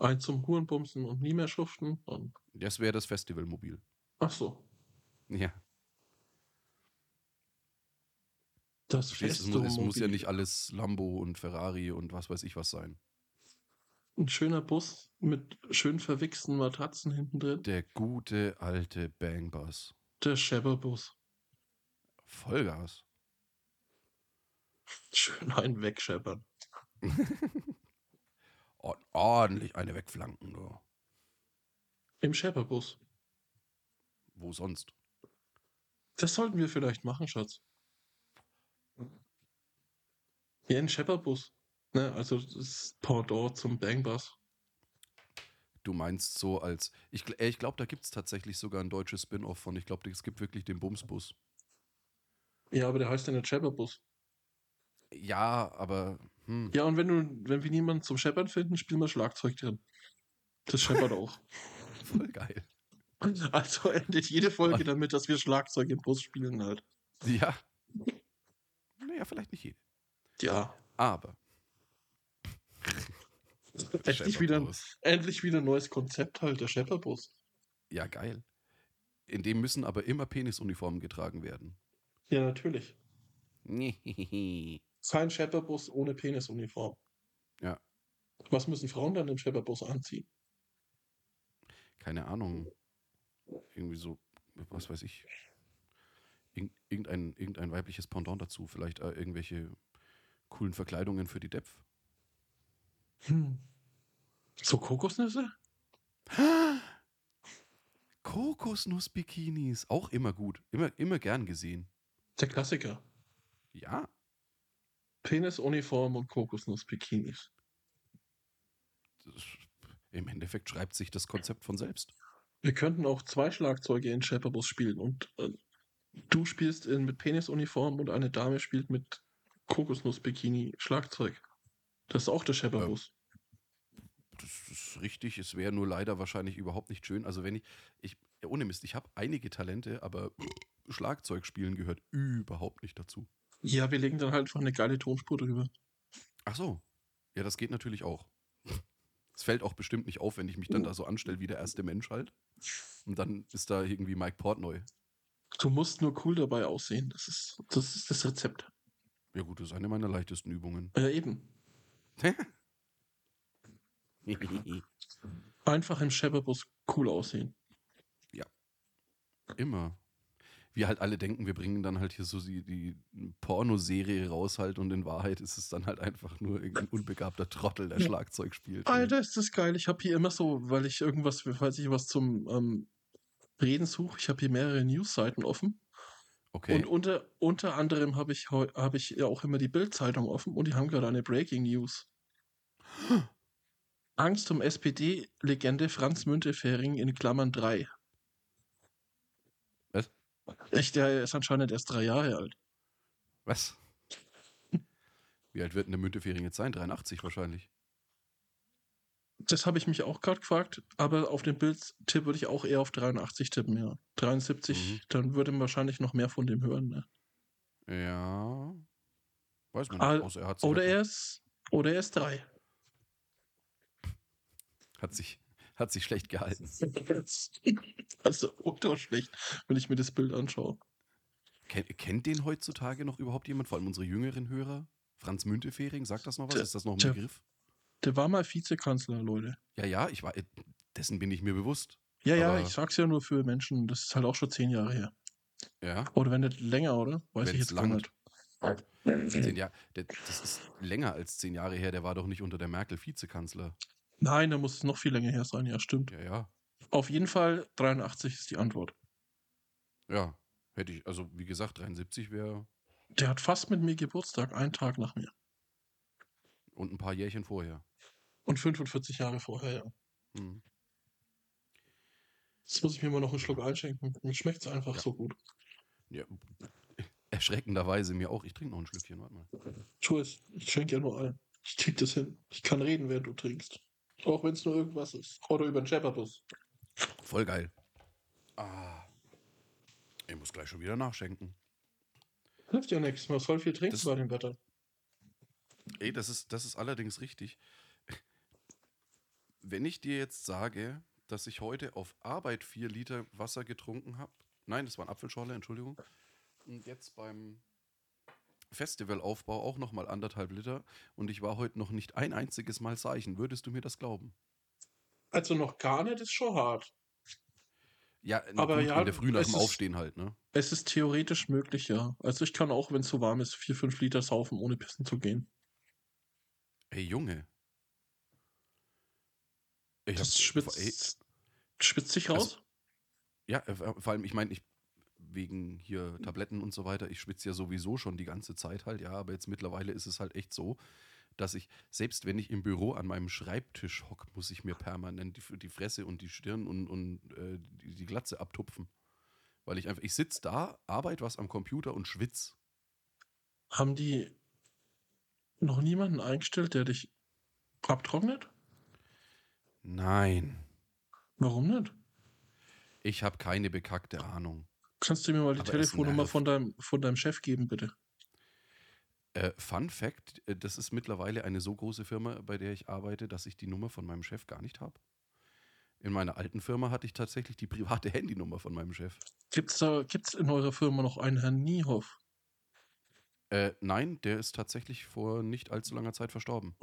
Ein zum Hurenbumsen und nie mehr schuften. Und Das wäre das Festivalmobil. ach so, Ja. das Verstehst, du, es, muss, es muss ja nicht alles Lambo und Ferrari und was weiß ich was sein. Ein schöner Bus mit schön verwichsten Matratzen hinten drin. Der gute alte Bangbus. Der Schepperbus. Vollgas. Schön einen wegscheppern. Ord- ordentlich eine wegflanken. du. Im Schepperbus. Wo sonst? Das sollten wir vielleicht machen, Schatz. Ja, ein Schepperbus. Ne, also das ist Pendant zum Bangbus. Du meinst so als. Ich, gl- äh, ich glaube, da gibt es tatsächlich sogar ein deutsches Spin-off von. Ich glaube, es gibt wirklich den Bumsbus. Ja, aber der heißt ja nicht Schepperbus. Ja, aber. Hm. Ja, und wenn, du, wenn wir niemanden zum Scheppern finden, spielen wir Schlagzeug drin. Das scheppert auch. Voll geil. Also endet jede Folge damit, dass wir Schlagzeug im Bus spielen halt. Ja. Naja, vielleicht nicht jede. Ja. Aber. Endlich wieder, ein- Schepperbus. endlich wieder ein neues Konzept halt, der Schepperbus. Ja, geil. In dem müssen aber immer Penisuniformen getragen werden. Ja, natürlich. ja, Kein Schepperbus ohne Penisuniform. Ja. Was müssen Frauen dann im Schepperbus anziehen? keine Ahnung. Irgendwie so, was weiß ich. Irg irgendein, irgendein weibliches Pendant dazu. Vielleicht äh, irgendwelche coolen Verkleidungen für die Depf. Hm. So Kokosnüsse? Kokosnuss-Bikinis, auch immer gut. Immer, immer gern gesehen. Der Klassiker. Ja, Penisuniform und Kokosnuss-Bikinis. das, im Endeffekt schreibt sich das Konzept von selbst. Wir könnten auch zwei Schlagzeuge in Schepperbus spielen und äh, du spielst in, mit Penisuniform und eine Dame spielt mit Kokosnuss-Bikini Schlagzeug. Das ist auch der Schepperbus. Das ist richtig, es wäre nur leider wahrscheinlich überhaupt nicht schön. Also wenn ich, ich ja, ohne Mist, ich habe einige Talente, aber Schlagzeug spielen gehört überhaupt nicht dazu. Ja, wir legen dann halt einfach eine geile Tonspur drüber. Ach so, ja, das geht natürlich auch. Es fällt auch bestimmt nicht auf, wenn ich mich dann da so anstelle wie der erste Mensch halt. Und dann ist da irgendwie Mike Portnoy. Du musst nur cool dabei aussehen. Das ist das, ist das Rezept. Ja gut, das ist eine meiner leichtesten Übungen. Ja, eben. Einfach im Schepperbus cool aussehen. Immer. Wir halt alle denken, wir bringen dann halt hier so die, die Pornoserie raus halt und in Wahrheit ist es dann halt einfach nur irgendein unbegabter Trottel, der Ja. Schlagzeug spielt. Alter, ist das geil. Ich habe hier immer so, weil ich irgendwas, falls ich was zum ähm, Reden suche, ich habe hier mehrere News-Seiten offen. Okay. Und unter, unter anderem habe ich, heu- hab ich ja auch immer die Bild-Zeitung offen und die haben gerade eine Breaking News. Angst um SPD-Legende Franz Müntefering in Klammern 3. Was? Echt, der ist anscheinend erst drei Jahre alt. Was? Wie alt wird denn der Müntefering jetzt sein? 83 wahrscheinlich. Das habe ich mich auch gerade gefragt, aber auf den Bild-Tipp würde ich auch eher auf 83 tippen, ja. 73, Mhm. dann würde man wahrscheinlich noch mehr von dem hören, ne? Ja. Weiß man Ah, nicht. Außer er hat sich, Oder halt- er ist, oder er ist drei. hat sich, hat sich schlecht gehalten. Also ultra schlecht, wenn ich mir das Bild anschaue. Ken, kennt den heutzutage noch überhaupt jemand? Vor allem unsere jüngeren Hörer? Franz Müntefering, sagt das noch was? Tja, Ist das noch ein tja. Begriff? Der war mal Vizekanzler, Leute. Ja, ja, ich war, äh, dessen bin ich mir bewusst. Ja, ja, Aber- ich sag's ja nur für Menschen, das ist halt auch schon zehn Jahre her. Ja. Oder wenn nicht länger, oder? Weiß ich Wenn's jetzt gar nicht. Zehn Jahre, der, das ist länger als zehn Jahre her, der war doch nicht unter der Merkel Vizekanzler. Nein, da muss es noch viel länger her sein, ja, stimmt. Ja, ja, Auf jeden Fall 83 ist die Antwort. ja. Hätte ich, also wie gesagt, 73 wäre Der hat fast mit mir Geburtstag, einen Tag nach mir. und ein paar Jährchen vorher. Und 45 Jahre vorher, ja. Hm. Jetzt muss ich mir mal noch einen Schluck einschenken. Mir schmeckt's einfach Ja. so gut. Ja. Erschreckenderweise mir auch. Ich trinke noch ein Schlückchen, warte mal. Tu es. Ich schenke ja nur ein. Ich krieg das hin. Ich kann reden, während du trinkst. Auch wenn es nur irgendwas ist. Oder über den Schepperbus. Voll geil. Ah. Ich muss gleich schon wieder nachschenken. Hilft ja nichts. Man soll viel trinken Das- bei dem Wetter. Ey, das ist, das ist allerdings richtig. Wenn ich dir jetzt sage, dass ich heute auf Arbeit vier Liter Wasser getrunken habe, nein, das war ein Apfelschorle, Entschuldigung, und jetzt beim Festivalaufbau auch nochmal anderthalb Liter und ich war heute noch nicht ein einziges Mal Zeichen, würdest du mir das glauben? Also noch gar nicht ist schon hart. Ja, na Aber ja, in der Früh nach es dem ist- Aufstehen halt, ne? Es ist theoretisch möglich, ja. Also ich kann auch, wenn es so warm ist, 4, 5 Liter saufen, ohne pissen zu gehen. Ey, Junge. Ich Das hab- ey, schwitzt, schwitzt sich Also- raus. Ja, äh, vor vor allem, ich meine, ich wegen hier Tabletten und so weiter, ich schwitze ja sowieso schon die ganze Zeit halt, ja, aber jetzt mittlerweile ist es halt echt so, dass ich, selbst wenn ich im Büro an meinem Schreibtisch hock, muss ich mir permanent die, die Fresse und die Stirn und, und äh, die, die Glatze abtupfen. Weil ich einfach, ich sitze da, arbeite was am Computer und schwitz. Haben die noch niemanden eingestellt, der dich abtrocknet? Nein. Warum nicht? Ich habe keine bekackte Ahnung. Kannst du mir mal die Aber es Telefonnummer nervt. von deinem, von deinem Chef geben, bitte? Äh, Fun Fact: äh, Das ist mittlerweile eine so große Firma, bei der ich arbeite, dass ich die Nummer von meinem Chef gar nicht habe. In meiner alten Firma hatte ich tatsächlich die private Handynummer von meinem Chef. Gibt's da, gibt's in eurer Firma noch einen Herrn Niehoff? Äh, nein, der ist tatsächlich vor nicht allzu langer Zeit verstorben.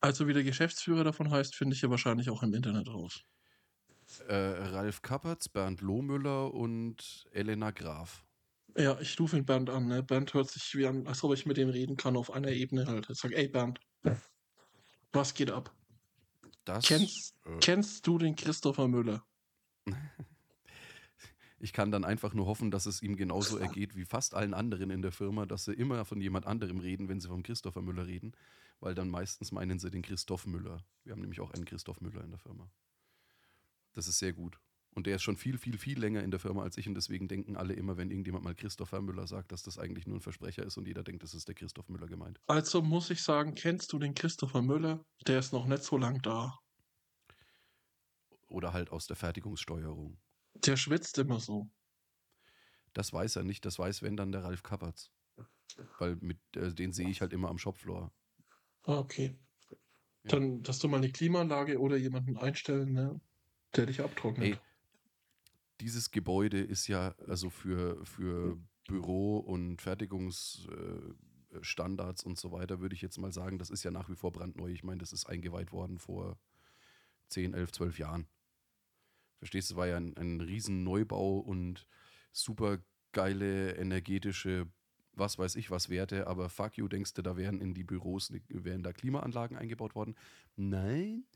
Also wie der Geschäftsführer davon heißt, finde ich ja wahrscheinlich auch im Internet raus. Äh, Ralf Kappertz, Bernd Lohmüller und Elena Graf. Ja, ich rufe ihn Bernd an, ne? Bernd hört sich wie an, als ob ich mit dem reden kann auf einer Ebene halt. Ich sag, ey Bernd, was geht ab? Das, Kennst, äh, kennst du den Christopher Müller? ich kann dann einfach nur hoffen, dass es ihm genauso ergeht wie fast allen anderen in der Firma, dass sie immer von jemand anderem reden, wenn sie vom Christopher Müller reden, weil dann meistens meinen sie den Christoph Müller. Wir haben nämlich auch einen Christoph Müller in der Firma. Das ist sehr gut. Und der ist schon viel, viel, viel länger in der Firma als ich und deswegen denken alle immer, wenn irgendjemand mal Christopher Müller sagt, dass das eigentlich nur ein Versprecher ist und jeder denkt, das ist der Christoph Müller gemeint. Also muss ich sagen, kennst du den Christopher Müller? Der ist noch nicht so lang da. Oder halt aus der Fertigungssteuerung. Der schwitzt immer so. Das weiß er nicht, das weiß wenn dann der Ralf Kappertz. Weil mit äh, den sehe ich halt immer am Shopfloor. Ah, okay. Ja. Dann, dass du mal eine Klimaanlage oder jemanden einstellen, ne? der dich abtrocknet. Ey, dieses Gebäude ist ja also für, für Büro und Fertigungs, äh, äh, Standards und so weiter, würde ich jetzt mal sagen, das ist ja nach wie vor brandneu. Ich meine, das ist eingeweiht worden vor 10, 11, 12 Jahren. Verstehst du, war ja ein, ein riesen Neubau und super geile, energetische, was weiß ich was Werte, aber fuck you, denkst du, da wären in die Büros, ne, wären da Klimaanlagen eingebaut worden? Nein,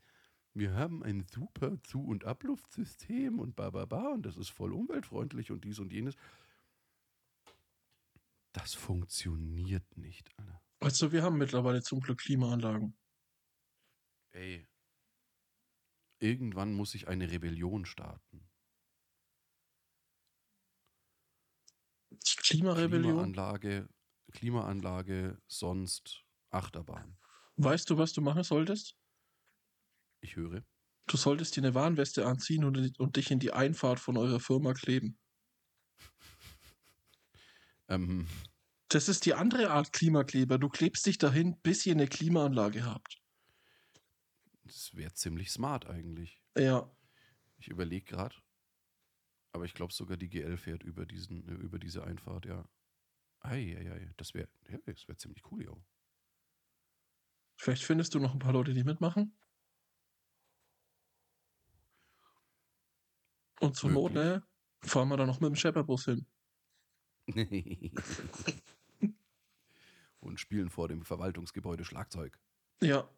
wir haben ein super Zu- und Abluftsystem und ba, ba, ba, und das ist voll umweltfreundlich und dies und jenes. Das funktioniert nicht, Alter. Also wir haben mittlerweile zum Glück Klimaanlagen. Ey. Irgendwann muss ich eine Rebellion starten. Klimarebellion? Klimaanlage, Klimaanlage, sonst Achterbahn. Weißt du, was du machen solltest? Ich höre. Du solltest dir eine Warnweste anziehen und, und dich in die Einfahrt von eurer Firma kleben. Ähm, Das ist die andere Art Klimakleber. Du klebst dich dahin, bis ihr eine Klimaanlage habt. das wäre ziemlich smart eigentlich. Ja. Ich überlege gerade. Aber ich glaube sogar die GL fährt über, diesen, äh, über diese Einfahrt, ja. Ei, ei, ei. Das wäre ja, das wär ziemlich cool, ja. Vielleicht findest du noch ein paar Leute, die mitmachen. Und zur Not, Möglich. ne? Fahren wir da noch mit dem Schepperbus hin. Und spielen vor dem Verwaltungsgebäude Schlagzeug. Ja.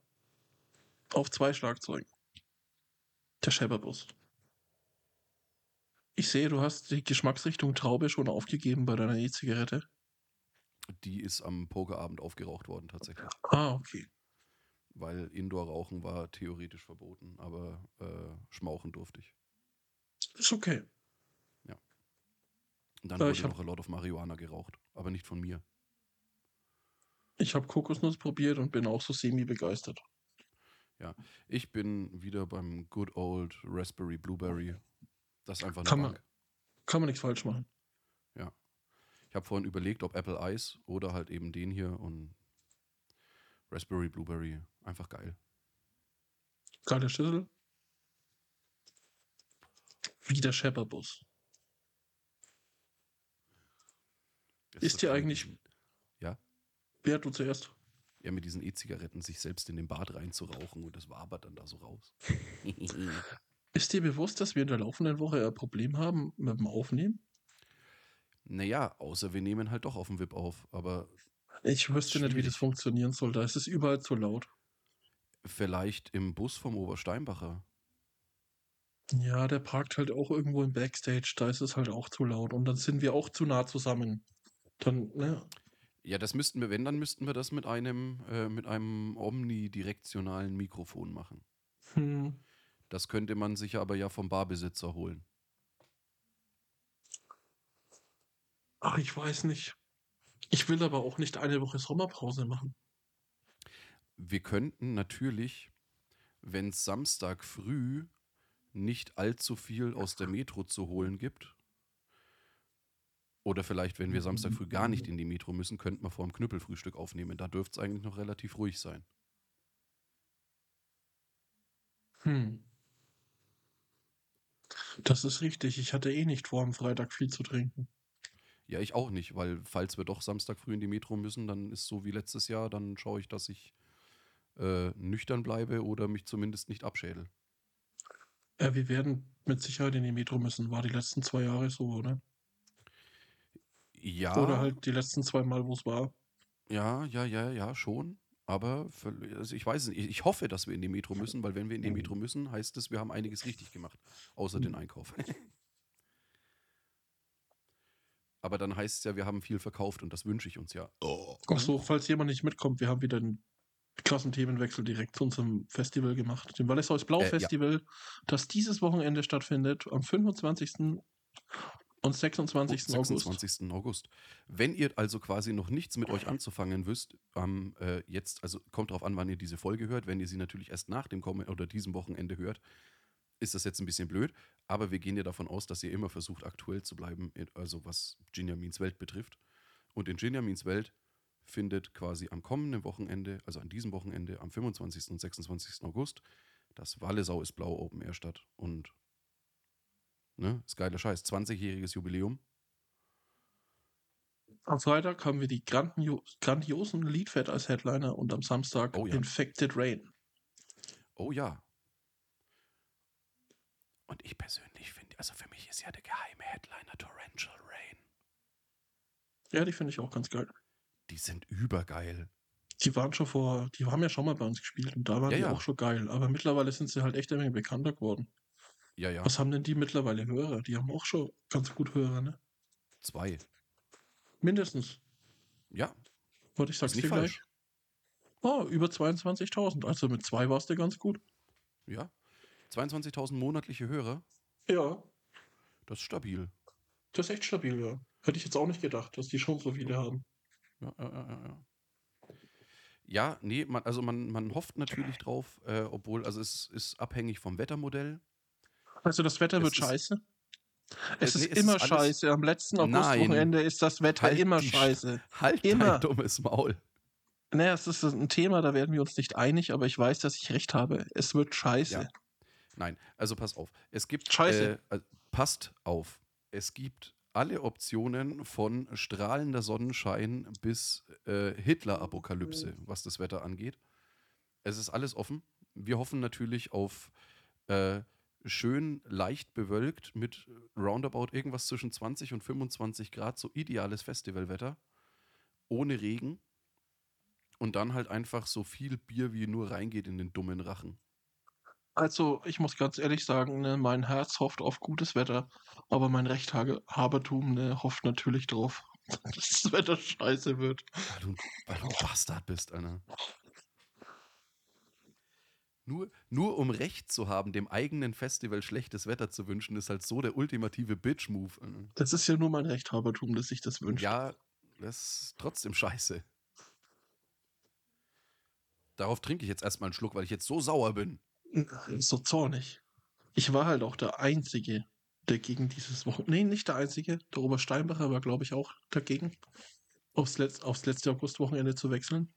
Auf zwei Schlagzeugen. Der Schepperbus. Ich sehe, du hast die Geschmacksrichtung Traube schon aufgegeben bei deiner E-Zigarette. Die ist am Pokerabend aufgeraucht worden, tatsächlich. Ah, okay. Weil Indoor-Rauchen war theoretisch verboten, aber äh, schmauchen durfte ich. Ist okay. Und dann Ja, wurde ich hab- noch a lot of Marihuana geraucht, aber nicht von mir. Ich habe Kokosnuss probiert und bin auch so semi-begeistert. Ich bin wieder beim Good Old Raspberry Blueberry. Das ist einfach eine Kann man- Bank. Kann man nichts falsch machen. Ich habe vorhin überlegt, ob Apple Ice oder halt eben den hier und Raspberry Blueberry. Einfach geil. Geile Schüssel. Wie der Schepperbus. Das Ist dir das mit eigentlich- diesen- Wer hat du zuerst? Ja, mit diesen E-Zigaretten sich selbst in den Bart reinzurauchen und das wabert dann da so raus. Ist dir bewusst, dass wir in der laufenden Woche ein Problem haben mit dem Aufnehmen? Naja, außer wir nehmen halt doch auf dem Wip auf. Aber Ich wüsste nicht, wie Schwierig. das funktionieren soll. Da ist es überall zu laut. vielleicht im Bus vom Obersteinbacher. Ja, der parkt halt auch irgendwo im Backstage, da ist es halt auch zu laut und dann sind wir auch zu nah zusammen. Dann, ne? Ja, das müssten wir, wenn, dann müssten wir das mit einem, äh, mit einem omnidirektionalen Mikrofon machen. Hm. Das könnte man sich aber ja vom Barbesitzer holen. Ach, ich weiß nicht. Ich will aber auch nicht eine Woche Sommerpause machen. Wir könnten natürlich, wenn es Samstag früh nicht allzu viel aus der Metro zu holen gibt, oder vielleicht, wenn wir Samstag früh gar nicht in die Metro müssen, könnten wir vor dem Knüppelfrühstück aufnehmen. Da dürfte es eigentlich noch relativ ruhig sein. Hm. Das ist richtig. Ich hatte eh nicht vor, am Freitag viel zu trinken. Ja, ich auch nicht, weil falls wir doch Samstag früh in die Metro müssen, dann ist so wie letztes Jahr, dann schaue ich, dass ich äh, nüchtern bleibe oder mich zumindest nicht abschädel. Äh, wir werden mit Sicherheit in die Metro müssen. War die letzten zwei Jahre so, oder? Ja, Oder halt die letzten zwei Mal, wo es war. ja, ja, ja, ja, schon. Aber völ- also ich weiß es nicht. Ich- Ich hoffe, dass wir in die Metro müssen, weil wenn wir in die Metro müssen, heißt es, wir haben einiges richtig gemacht, außer Hm. den Einkauf. Aber dann heißt es ja, wir haben viel verkauft und das wünsche ich uns ja. Mhm. Ach so, falls jemand nicht mitkommt, wir haben wieder einen krassen Themenwechsel direkt zu unserem Festival gemacht, dem Wallis Blau Äh, ja. Festival, das dieses Wochenende stattfindet, am 25. und 26. Oh, August. 26. August. Wenn ihr also quasi noch nichts mit euch anzufangen wisst, am, äh, jetzt, also kommt drauf an, wann ihr diese Folge hört. Wenn ihr sie natürlich erst nach dem Kommen oder diesem Wochenende hört, ist das jetzt ein bisschen blöd. Aber wir gehen ja davon aus, dass ihr immer versucht, aktuell zu bleiben, in- also was Ginjamins Welt betrifft. Und in Ginjamins Welt findet quasi am kommenden Wochenende, also an diesem Wochenende, am 25. und 26. August, das Wallesau ist blau Open Air statt. Und ne, ist geiler Scheiß. 20-jähriges Jubiläum. Am Freitag haben wir die grandio grandiosen Leadfed als Headliner und am Samstag Oh ja. Infected Rain. Oh ja. Und ich persönlich finde, also für mich ist ja der geheime Headliner Torrential Rain. Ja, die finde ich auch ganz geil. Die sind übergeil. Die waren schon vor, die haben ja schon mal bei uns gespielt und da waren Ja, die ja. auch schon geil. Aber mittlerweile sind sie halt echt ein wenig bekannter geworden. Ja, ja. Was haben denn die mittlerweile Hörer? Die haben auch schon ganz gut Hörer, ne? Zwei. Mindestens. Ja, Warte, ich sag's ist nicht dir gleich. falsch. Oh, über 22.000. Also mit zwei warst du ganz gut. Ja. 22.000 monatliche Hörer, Ja, das ist stabil. das ist echt stabil, ja. Hätte ich jetzt auch nicht gedacht, dass die schon so viele haben. Ja, ja, ja, ja, ja. ja nee, man, also man, man hofft natürlich drauf, äh, obwohl, also es ist abhängig vom Wettermodell. Also das Wetter Es wird ist- Äh, scheiße. Es Nee, ist es ist immer alles- scheiße. Am letzten Nein. Augustwochenende ist das Wetter Halt immer die Sch- scheiße. Halt Immer. dein dummes Maul. Naja, es ist ein Thema, da werden wir uns nicht einig, aber ich weiß, dass ich recht habe. Es wird scheiße. Ja. Nein, also pass auf. Es gibt. Scheiße. Äh, äh, passt auf. Es gibt alle Optionen von strahlender Sonnenschein bis äh, Hitler-Apokalypse, was das Wetter angeht. Es ist alles offen. Wir hoffen natürlich auf äh, schön leicht bewölkt mit roundabout irgendwas zwischen 20 und 25 Grad, so ideales Festivalwetter, ohne Regen und dann halt einfach so viel Bier wie nur reingeht in den dummen Rachen. Also, ich muss ganz ehrlich sagen, ne, mein Herz hofft auf gutes Wetter, aber mein Rechthabertum ne, hofft natürlich drauf, dass das Wetter scheiße wird. Weil du, weil du ein Bastard bist, Alter. Nur, nur um Recht zu haben, dem eigenen Festival schlechtes Wetter zu wünschen, ist halt so der ultimative Bitch-Move. Alter. Das ist ja nur mein Rechthabertum, dass ich das wünsche. Ja, das ist trotzdem scheiße. Darauf trinke ich jetzt erstmal einen Schluck, weil ich jetzt so sauer bin. äh, So zornig. Ich war halt auch der Einzige, der gegen dieses Wochenende. Nee, nicht der Einzige. Der Robert Steinbacher war, glaube ich, auch dagegen, aufs, Letz aufs letzte Augustwochenende zu wechseln.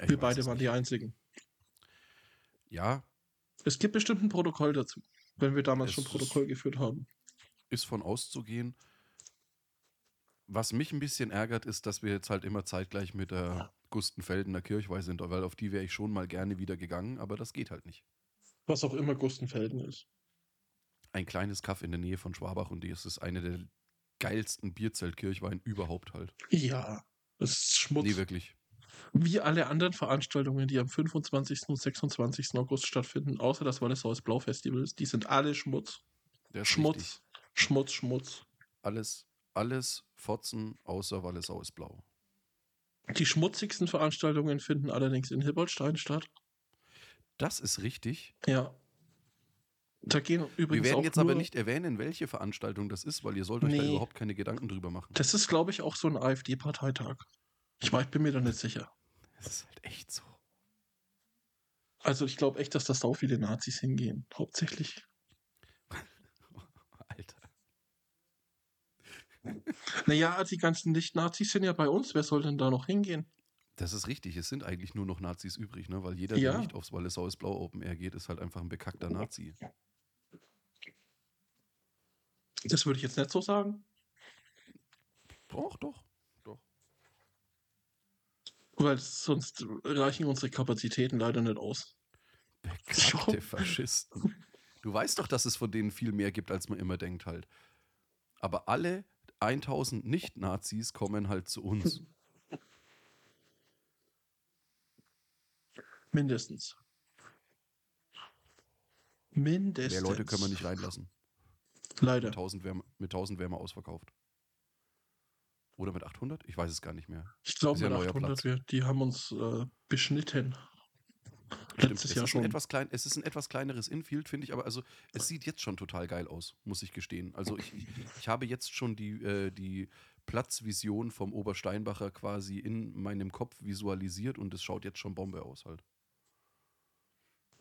Ich Wir weiß beide es waren nicht. die Einzigen. Ja, Es gibt bestimmt ein Protokoll dazu, wenn wir damals Es schon ist- Protokoll geführt haben. ist von auszugehen. Was mich ein bisschen ärgert, ist, dass wir jetzt halt immer zeitgleich mit der Gustenfeldener Kirchweih sind, weil auf die wäre ich schon mal gerne wieder gegangen, aber das geht halt nicht. Was auch immer Gustenfelden ist. Ein kleines Kaff in der Nähe von Schwabach und die ist es eine der geilsten Bierzelt-Kirchweihen überhaupt halt. Ja, es ist Schmutz. Nee, wirklich. Wie alle anderen Veranstaltungen, die am 25. und 26. August stattfinden, außer das Wallisaues Blau Festivals, die sind alle Schmutz. Der ist Schmutz. richtig. Schmutz, Schmutz. Alles, alles Fotzen, außer Wallisau ist blau. Die schmutzigsten Veranstaltungen finden allerdings in Hilbertstein statt. Das ist richtig. Ja. Da gehen Wir übrigens werden auch jetzt nur, aber nicht erwähnen, welche Veranstaltung das ist, weil ihr sollt euch da Nee. überhaupt keine Gedanken drüber machen. Das ist, glaube ich, auch so ein AfD-Parteitag. Ich weiß, bin mir da nicht sicher. Das ist halt echt so. Also ich glaube echt, dass das da auch viele Nazis hingehen. Hauptsächlich. Alter. Naja, also die ganzen Nicht-Nazis sind ja bei uns. Wer soll denn da noch hingehen? Das ist richtig. Es sind eigentlich nur noch Nazis übrig, ne? weil jeder, Ja. der nicht aufs Wallisau ist Blau Open Air geht, ist halt einfach ein bekackter Nazi. Das würde ich jetzt nicht so sagen. Doch, doch. Weil sonst reichen unsere Kapazitäten leider nicht aus. Bekackte Faschisten. Du weißt doch, dass es von denen viel mehr gibt, als man immer denkt halt. Aber alle 1000 Nicht-Nazis kommen halt zu uns. Mindestens. Mindestens. Mehr Leute können wir nicht reinlassen. Mit Leider. 1000 wären mit 1000 wären wir ausverkauft. Oder mit 800? Ich weiß es gar nicht mehr. Ich glaube, Ist ja mit ein neuer 800 Platz. wir, die haben uns äh, beschnitten. es Letztes Jahr ist schon. Ein etwas klein, es ist ein etwas kleineres Infield, finde ich, aber also es sieht jetzt schon total geil aus, muss ich gestehen. Also ich, ich habe jetzt schon die, äh, die Platzvision vom Obersteinbacher quasi in meinem Kopf visualisiert und es schaut jetzt schon Bombe aus halt.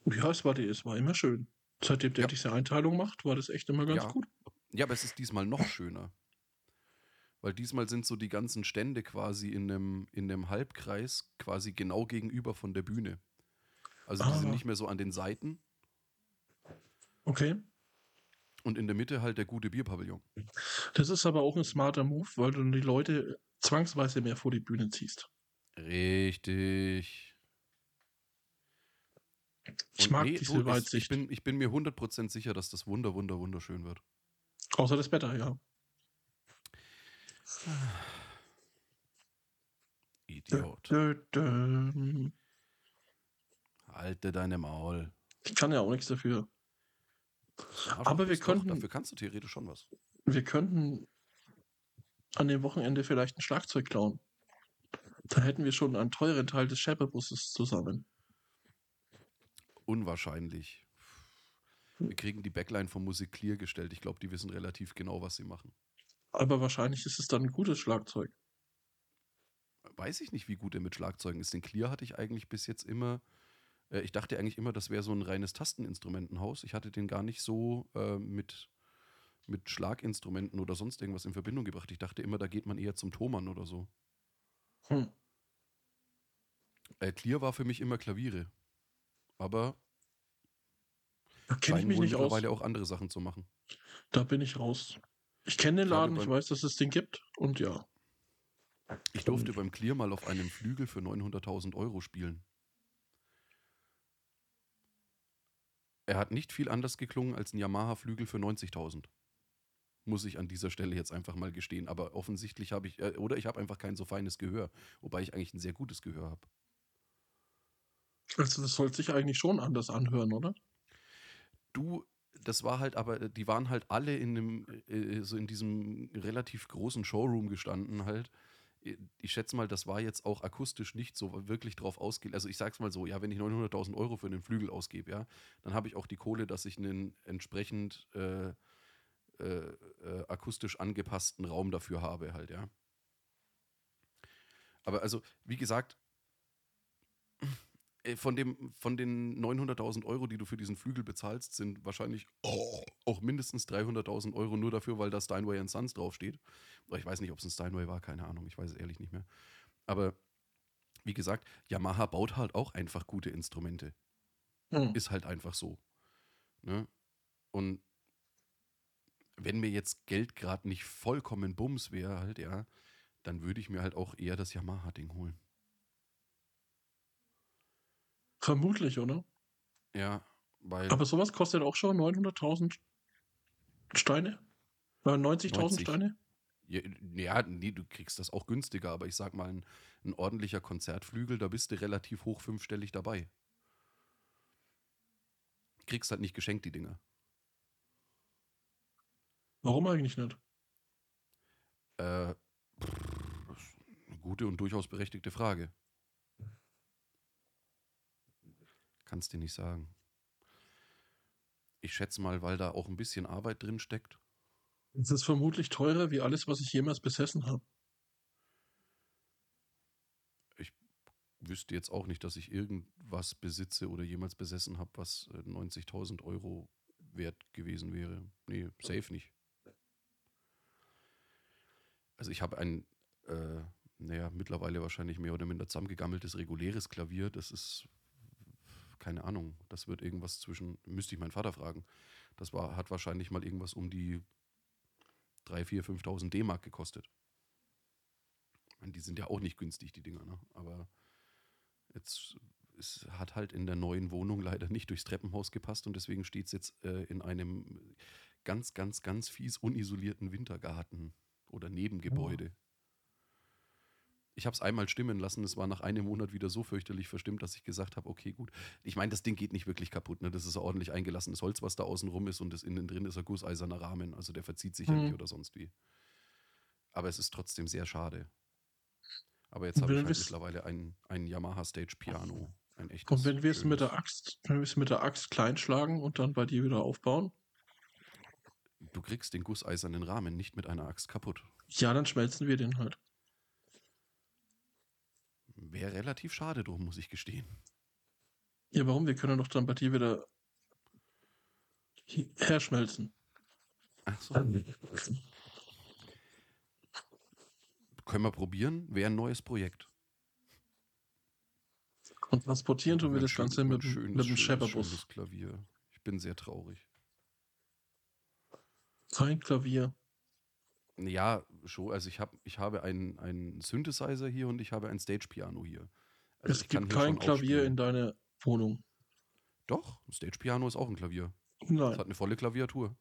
ja, es war, die, es war immer schön. Seitdem der Ja. diese Einteilung macht, war das echt immer ganz Ja. gut. Ja, aber es ist diesmal noch schöner. Weil diesmal sind so die ganzen Stände quasi in einem, in einem Halbkreis quasi genau gegenüber von der Bühne. Also die Ah. sind nicht mehr so an den Seiten, Okay. Und in der Mitte halt der gute Bierpavillon. Das ist aber auch ein smarter Move, weil du die Leute äh, zwangsweise mehr vor die Bühne ziehst. Richtig. Ich Und mag nee, diese du, ich, ich, Weitsicht. bin, ich bin mir 100% sicher, dass das wunder, wunder, wunderschön wird. Außer das Wetter, ja. Idiot. Dö, dö. Halte deine Maul. Ich kann ja auch nichts dafür. Aber wir Doch, könnten- Dafür kannst du theoretisch schon was. Wir könnten an dem Wochenende vielleicht ein Schlagzeug klauen. Da hätten wir schon einen teuren Teil des Schäperbusses zusammen. Unwahrscheinlich. Hm. Wir kriegen die Backline von Musik Clear gestellt. Ich glaube, die wissen relativ genau, was sie machen. Aber wahrscheinlich ist es dann ein gutes Schlagzeug. Weiß ich nicht, wie gut er mit Schlagzeugen ist. Den Clear hatte ich eigentlich bis jetzt immer. Äh, ich dachte eigentlich immer, das wäre so ein reines Tasteninstrumentenhaus. Ich hatte den gar nicht so äh, mit, mit Schlaginstrumenten oder sonst irgendwas in Verbindung gebracht. Ich dachte immer, da geht man eher zum Thomann oder so. Hm. Äh, Clear war für mich immer Klaviere. Aber Da kenne ich scheinen mich wohl nicht aus. mittlerweile auch andere Sachen zu machen. Da bin ich raus. Ich kenne den Ja, Laden, wir ich wollen- weiß, dass es den gibt. Und ja. Ich durfte beim Clear mal auf einem Flügel für 900.000 Euro spielen. Er hat nicht viel anders geklungen als ein Yamaha-Flügel für 90.000. Muss ich an dieser Stelle jetzt einfach mal gestehen. Aber offensichtlich habe ich, äh, oder ich habe einfach kein so feines Gehör. Wobei ich eigentlich ein sehr gutes Gehör habe. Also das sollte sich eigentlich schon anders anhören, oder? Du, das war halt aber, die waren halt alle in einem, äh, so in diesem relativ großen Showroom gestanden halt. Ich schätze mal, das war jetzt auch akustisch nicht so wirklich drauf ausgelegt. Also ich sag's mal so, ja, wenn ich 900.000 Euro für einen Flügel ausgebe, ja, dann habe ich auch die Kohle, dass ich einen entsprechend äh, äh, äh, akustisch angepassten Raum dafür habe halt, ja. Aber also, wie gesagt, äh, von, dem, von den 900.000 Euro, die du für diesen Flügel bezahlst, sind wahrscheinlich auch mindestens 300.000 Euro nur dafür, weil da Steinway and Sons draufsteht. Aber Ich weiß nicht, ob es ein Steinway war, keine Ahnung, ich weiß es ehrlich nicht mehr. Aber wie gesagt, Yamaha baut halt auch einfach gute Instrumente Hm. ist halt einfach so. Ne? Und wenn mir jetzt Geld gerade nicht vollkommen Bums wäre, halt, ja, dann würde ich mir halt auch eher das Yamaha-Ding holen. Vermutlich, oder? Ja, weil Aber sowas kostet auch schon 900.000 Steine? Äh, 90.000 90. Steine? ja, ja, nee, du kriegst das auch günstiger, aber ich sag mal, ein, ein ordentlicher Konzertflügel, da bist du relativ hoch fünfstellig dabei. Kriegst halt nicht geschenkt, die Dinger. Warum eigentlich nicht? Äh, pff, das ist eine gute und durchaus berechtigte Frage. Kannst dir nicht sagen. Ich schätze mal, weil da auch ein bisschen Arbeit drin steckt. Es ist vermutlich teurer wie alles, was ich jemals besessen habe. Wüsste jetzt auch nicht, dass ich irgendwas besitze oder jemals besessen habe, was äh, 90.000 Euro wert gewesen wäre. Nee, safe nicht. Also ich habe ein, äh, naja, mittlerweile wahrscheinlich mehr oder minder zusammengegammeltes reguläres Klavier. Das ist, keine Ahnung, das wird irgendwas zwischen, müsste ich meinen Vater fragen. Das war, hat wahrscheinlich mal irgendwas um die 3.000, 4.000, 5.000 D-Mark gekostet. Ich meine, Die sind ja auch nicht günstig, die Dinger, ne? Aber jetzt es hat halt in der neuen Wohnung leider nicht durchs Treppenhaus gepasst und deswegen steht es jetzt äh, in einem ganz, ganz, ganz fies unisolierten Wintergarten oder Nebengebäude. Ich habe es einmal stimmen lassen, es war nach einem Monat wieder so fürchterlich verstimmt, dass ich gesagt habe, okay, gut. Ich meine, das Ding geht nicht wirklich kaputt, ne? das ist ein ordentlich eingelassenes Holz, was da außen rum ist und das innen drin ist ein gusseiserner Rahmen, also der verzieht sich ja Mhm. nicht oder sonst wie. Aber es ist trotzdem sehr schade. Aber jetzt Und habe ich wenn halt wir's- mittlerweile ein, ein Yamaha Stage Piano. Ein echtes. Äh, Und wenn wir es mit schönes- der Axt, wenn wir es mit der Axt klein schlagen und dann bei dir wieder aufbauen, Du kriegst den gusseisernen Rahmen nicht mit einer Axt kaputt. ja, dann schmelzen wir den halt. Wäre relativ schade drum, muss ich gestehen. Ja, warum? Wir können doch dann bei dir wieder hi- herschmelzen. Ach so. Können wir probieren? Wäre ein neues Projekt. Und transportieren tun wir Mein das schön- Ganze mein mit, dem- schönes, mit dem schönes, Schepperbus. schönes Klavier. Ich bin sehr traurig. Kein Klavier. Ja, schon. Also ich, hab, ich habe einen, einen Synthesizer hier und ich habe ein Stage-Piano hier. Also es ich kann gibt hier kein schon Klavier aufspielen. in deiner Wohnung. Doch, ein Stage-Piano ist auch ein Klavier. Es Nein. hat eine volle Klaviatur.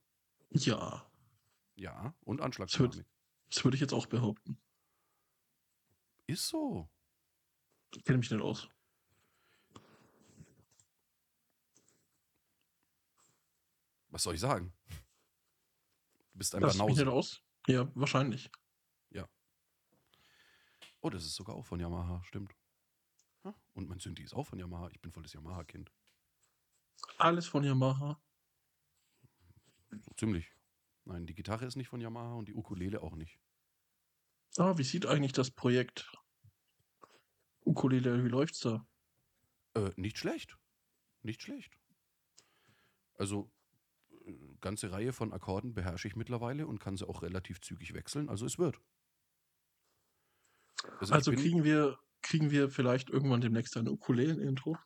Ja, Ja, und Anschlagsdynamik. Schön. das würde ich jetzt auch behaupten. Ist so. Ich kenne mich nicht aus. Was soll ich sagen? Du bist ein Das mich nicht Banause. aus? Ja, wahrscheinlich. Oh, das ist sogar auch von Yamaha, stimmt. Ja, Und mein Synthi ist auch von Yamaha. Ich bin voll das Yamaha-Kind. Alles von Yamaha. So ziemlich. Nein, die Gitarre ist nicht von Yamaha und die Ukulele auch nicht. Ah, wie sieht eigentlich das Projekt Ukulele, wie läuft's da? Äh, nicht schlecht. Nicht schlecht. Also, äh, ganze Reihe von Akkorden beherrsche ich mittlerweile und kann sie auch relativ zügig wechseln. Also, es wird. ich Also bin- kriegen wir, kriegen wir vielleicht irgendwann demnächst ein Ukulelen-Intro?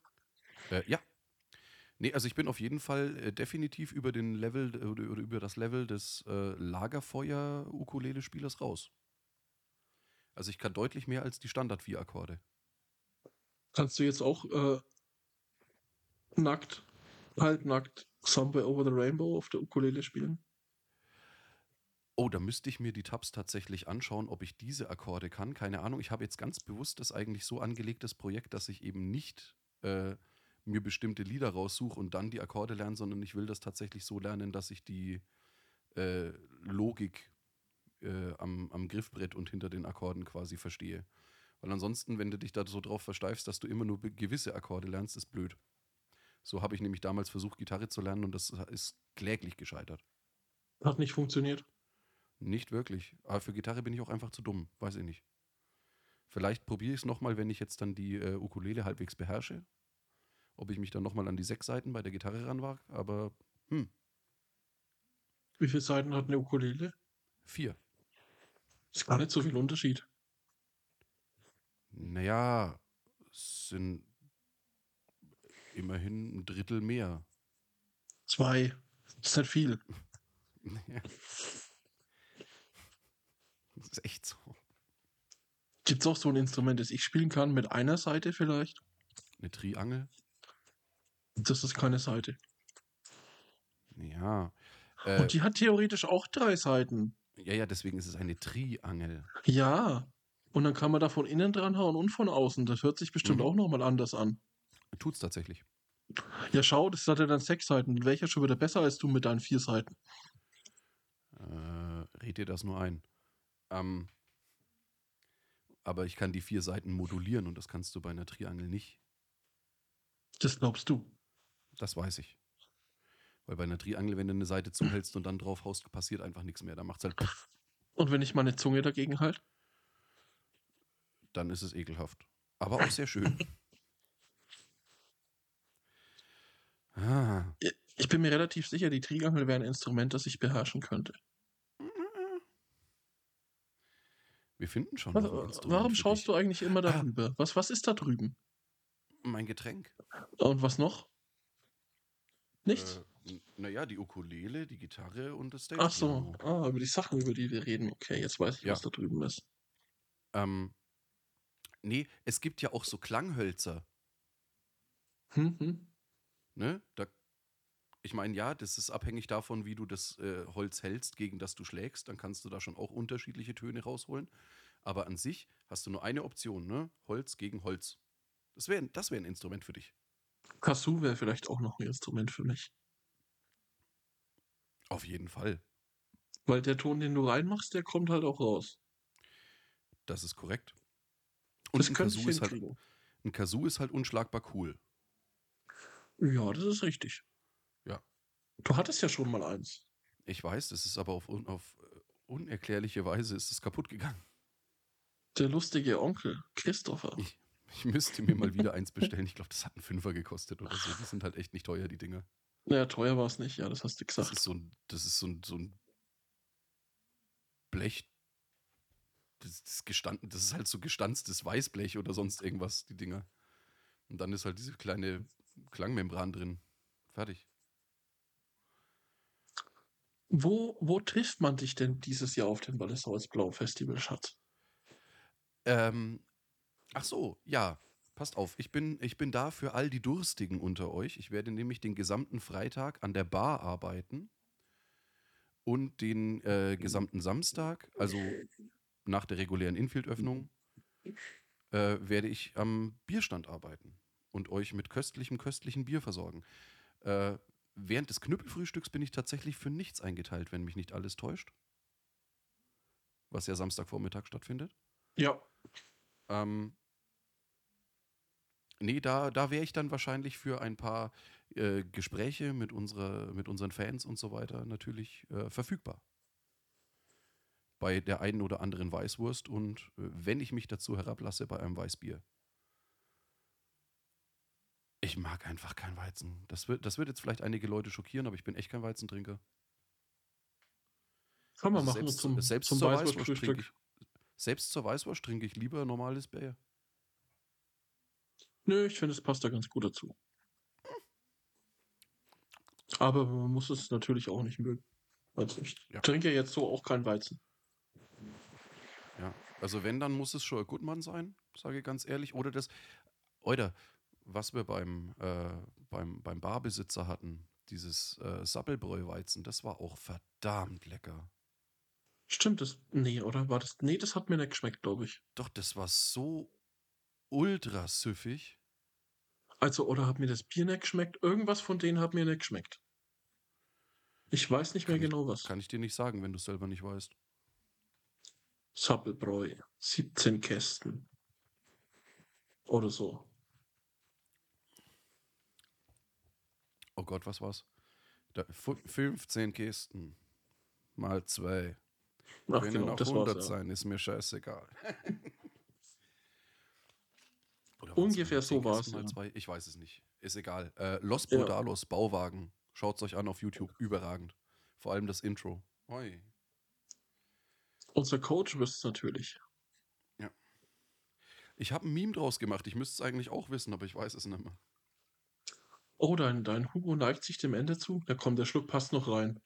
Äh, ja. Nee, also ich bin auf jeden Fall äh, definitiv über den Level äh, oder oder über das Level des äh, Lagerfeuer-Ukulele-Spielers raus. Also ich kann deutlich mehr als die Standard-4-Akkorde. Kannst du jetzt auch äh, nackt, halbnackt Somewhere Over the Rainbow auf der Ukulele spielen? Oh, da müsste ich mir die Tabs tatsächlich anschauen, ob ich diese Akkorde kann. Keine Ahnung. Ich habe jetzt ganz bewusst das eigentlich so angelegtes Projekt, dass ich eben nicht äh, mir bestimmte Lieder raussuche und dann die Akkorde lerne, sondern ich will das tatsächlich so lernen, dass ich die äh, Logik äh, am, am Griffbrett und hinter den Akkorden quasi verstehe. Weil ansonsten, wenn du dich da so drauf versteifst, dass du immer nur be- gewisse Akkorde lernst, ist blöd. So habe ich nämlich damals versucht, Gitarre zu lernen und das ist kläglich gescheitert. Hat nicht funktioniert. Nicht wirklich. Aber für Gitarre bin ich auch einfach zu dumm. Weiß ich nicht. Vielleicht probiere ich es nochmal, wenn ich jetzt dann die äh, Ukulele halbwegs beherrsche. Ob ich mich dann nochmal an die sechs Seiten bei der Gitarre ranwag. Aber Wie viele Seiten hat eine Ukulele? vier. Ist gar nicht so viel Unterschied. Naja, es sind immerhin ein Drittel mehr. Zwei. Ist nicht viel. Ja. Das ist echt so. Gibt's auch so ein Instrument, das ich spielen kann, mit einer Seite vielleicht? Eine Triangel? Das ist keine Seite. Ja. Äh, Und die hat theoretisch auch drei Seiten. ja, ja, deswegen ist es eine Triangel. Ja. Und dann kann man da von innen dran hauen und von außen. Das hört sich bestimmt Mhm. auch nochmal anders an. Tut's tatsächlich. Ja, schau, das hat ja dann sechs Seiten. Welcher schon wieder besser als du mit deinen vier Seiten? Äh, red dir das nur ein. Ähm, aber ich kann die vier Seiten modulieren und das kannst du bei einer Triangel nicht. Das glaubst du. Das weiß ich. Weil bei einer Triangel, wenn du eine Seite zuhältst und dann drauf haust, passiert einfach nichts mehr. Dann macht's halt, puff, Und wenn ich meine Zunge dagegen halte? dann ist es ekelhaft. Aber auch sehr schön. Ah, Ich bin mir relativ sicher, die Triangel wäre ein Instrument, das ich beherrschen könnte. wir finden schon. Was, noch ein Instrument warum für dich. schaust du eigentlich immer Ah. darüber? Was, was ist da drüben? Mein Getränk. Und was noch? Nichts. Äh, naja, die Ukulele, die Gitarre und das Stage. Ach so, ah, über die Sachen, über die wir reden. Okay, jetzt weiß ich, Äh, Ja. was da drüben ist. Ähm, nee, es gibt ja auch so Klanghölzer. Hm, hm. Ne? Da, ich meine, ja, das ist abhängig davon, wie du das äh, Holz hältst, gegen das du schlägst. Dann kannst du da schon auch unterschiedliche Töne rausholen. Aber an sich hast du nur eine Option, ne? Holz gegen Holz. Das wäre das wär ein Instrument für dich. Kazoo wäre vielleicht auch noch ein Instrument für mich. Auf jeden Fall. Weil der Ton, den du reinmachst, der kommt halt auch raus. Das ist korrekt. das ein könnte ich Kazoo, ist halt, hinkriegen. ein Kazoo ist halt unschlagbar cool. Ja, das ist richtig. Ja. Du hattest ja schon mal eins. Ich weiß, das ist aber auf, un, auf äh, unerklärliche Weise ist es kaputt gegangen. Der lustige Onkel, Christopher. Ich- Ich müsste mir mal wieder eins bestellen. Ich glaube, das hat einen Fünfer gekostet oder so. Die sind halt echt nicht teuer, die Dinger. Naja, teuer war es nicht, ja, das hast du Das gesagt. ist so ein, das ist so ein, so ein Blech. Das, das, gestanden, das ist halt so gestanztes Weißblech oder sonst irgendwas, die Dinger. Und dann ist halt diese kleine Klangmembran drin. Fertig. Wo, wo trifft man dich denn dieses Jahr auf dem Wallisauers Blau Festival, Schatz? Ähm, ach so, ja. Passt auf, ich bin, ich bin da für all die Durstigen unter euch. Ich werde nämlich den gesamten Freitag an der Bar arbeiten und den äh, gesamten Samstag, also nach der regulären Infield-Öffnung, äh, werde ich am Bierstand arbeiten und euch mit köstlichem, köstlichen Bier versorgen. Äh, während des Knüppelfrühstücks bin ich tatsächlich für nichts eingeteilt, wenn mich nicht alles täuscht. Was ja Samstagvormittag stattfindet. Ja. Ähm, nee, da, da wäre ich dann wahrscheinlich für ein paar äh, Gespräche mit, unsere, mit unseren Fans und so weiter natürlich äh, verfügbar. Bei der einen oder anderen Weißwurst und äh, wenn ich mich dazu herablasse, bei einem Weißbier. Ich mag einfach kein Weizen. Das wird, das wird jetzt vielleicht einige Leute schockieren, aber ich bin echt kein Weizentrinker. Kann man Also machen selbst, zum, selbst zum zur Weißwurst Weißwurstfrühstück. trinke ich, selbst zur Weißwurst trinke ich lieber normales Bier. Nö, ich finde, es passt da ganz gut dazu. Aber man muss es natürlich auch nicht mögen. Also ich Ja. trinke jetzt so auch kein Weizen. Ja, also wenn, dann muss es schon ein Gutmann sein, sage ich ganz ehrlich. Oder das, oder was wir beim, äh, beim, beim Barbesitzer hatten, dieses äh, Sappelbräuweizen, das war auch verdammt lecker. Stimmt das? Nee, oder? War das? Nee, das hat mir nicht geschmeckt, glaube ich. Doch, das war so ultra süffig. Also, oder hat mir das Bier nicht geschmeckt? Irgendwas von denen hat mir nicht geschmeckt. Ich weiß nicht mehr Kann ich- genau was. Kann ich dir nicht sagen, wenn du es selber nicht weißt. Sappelbräu, 17 Kästen. Oder so. Oh Gott, was war's? Da, fu- 15 Kisten. Mal zwei. Ach, Können genau, auch das 100 war's. Ja. sein, ist mir scheißegal. Oder waren's Ungefähr 110 so war's, Kisten mal ja. zwei? Ich weiß es nicht. Ist egal. Äh, Los Ja. Bodalos Bauwagen. Schaut's euch an auf YouTube. Überragend. Vor allem das Intro. Oi. Unser Coach wüsste es natürlich. Ich habe ein Meme draus gemacht. Ich müsste es eigentlich auch wissen, aber ich weiß es nicht mehr. Oh, dein, dein Hugo neigt sich dem Ende zu. Na komm, der Schluck passt noch rein.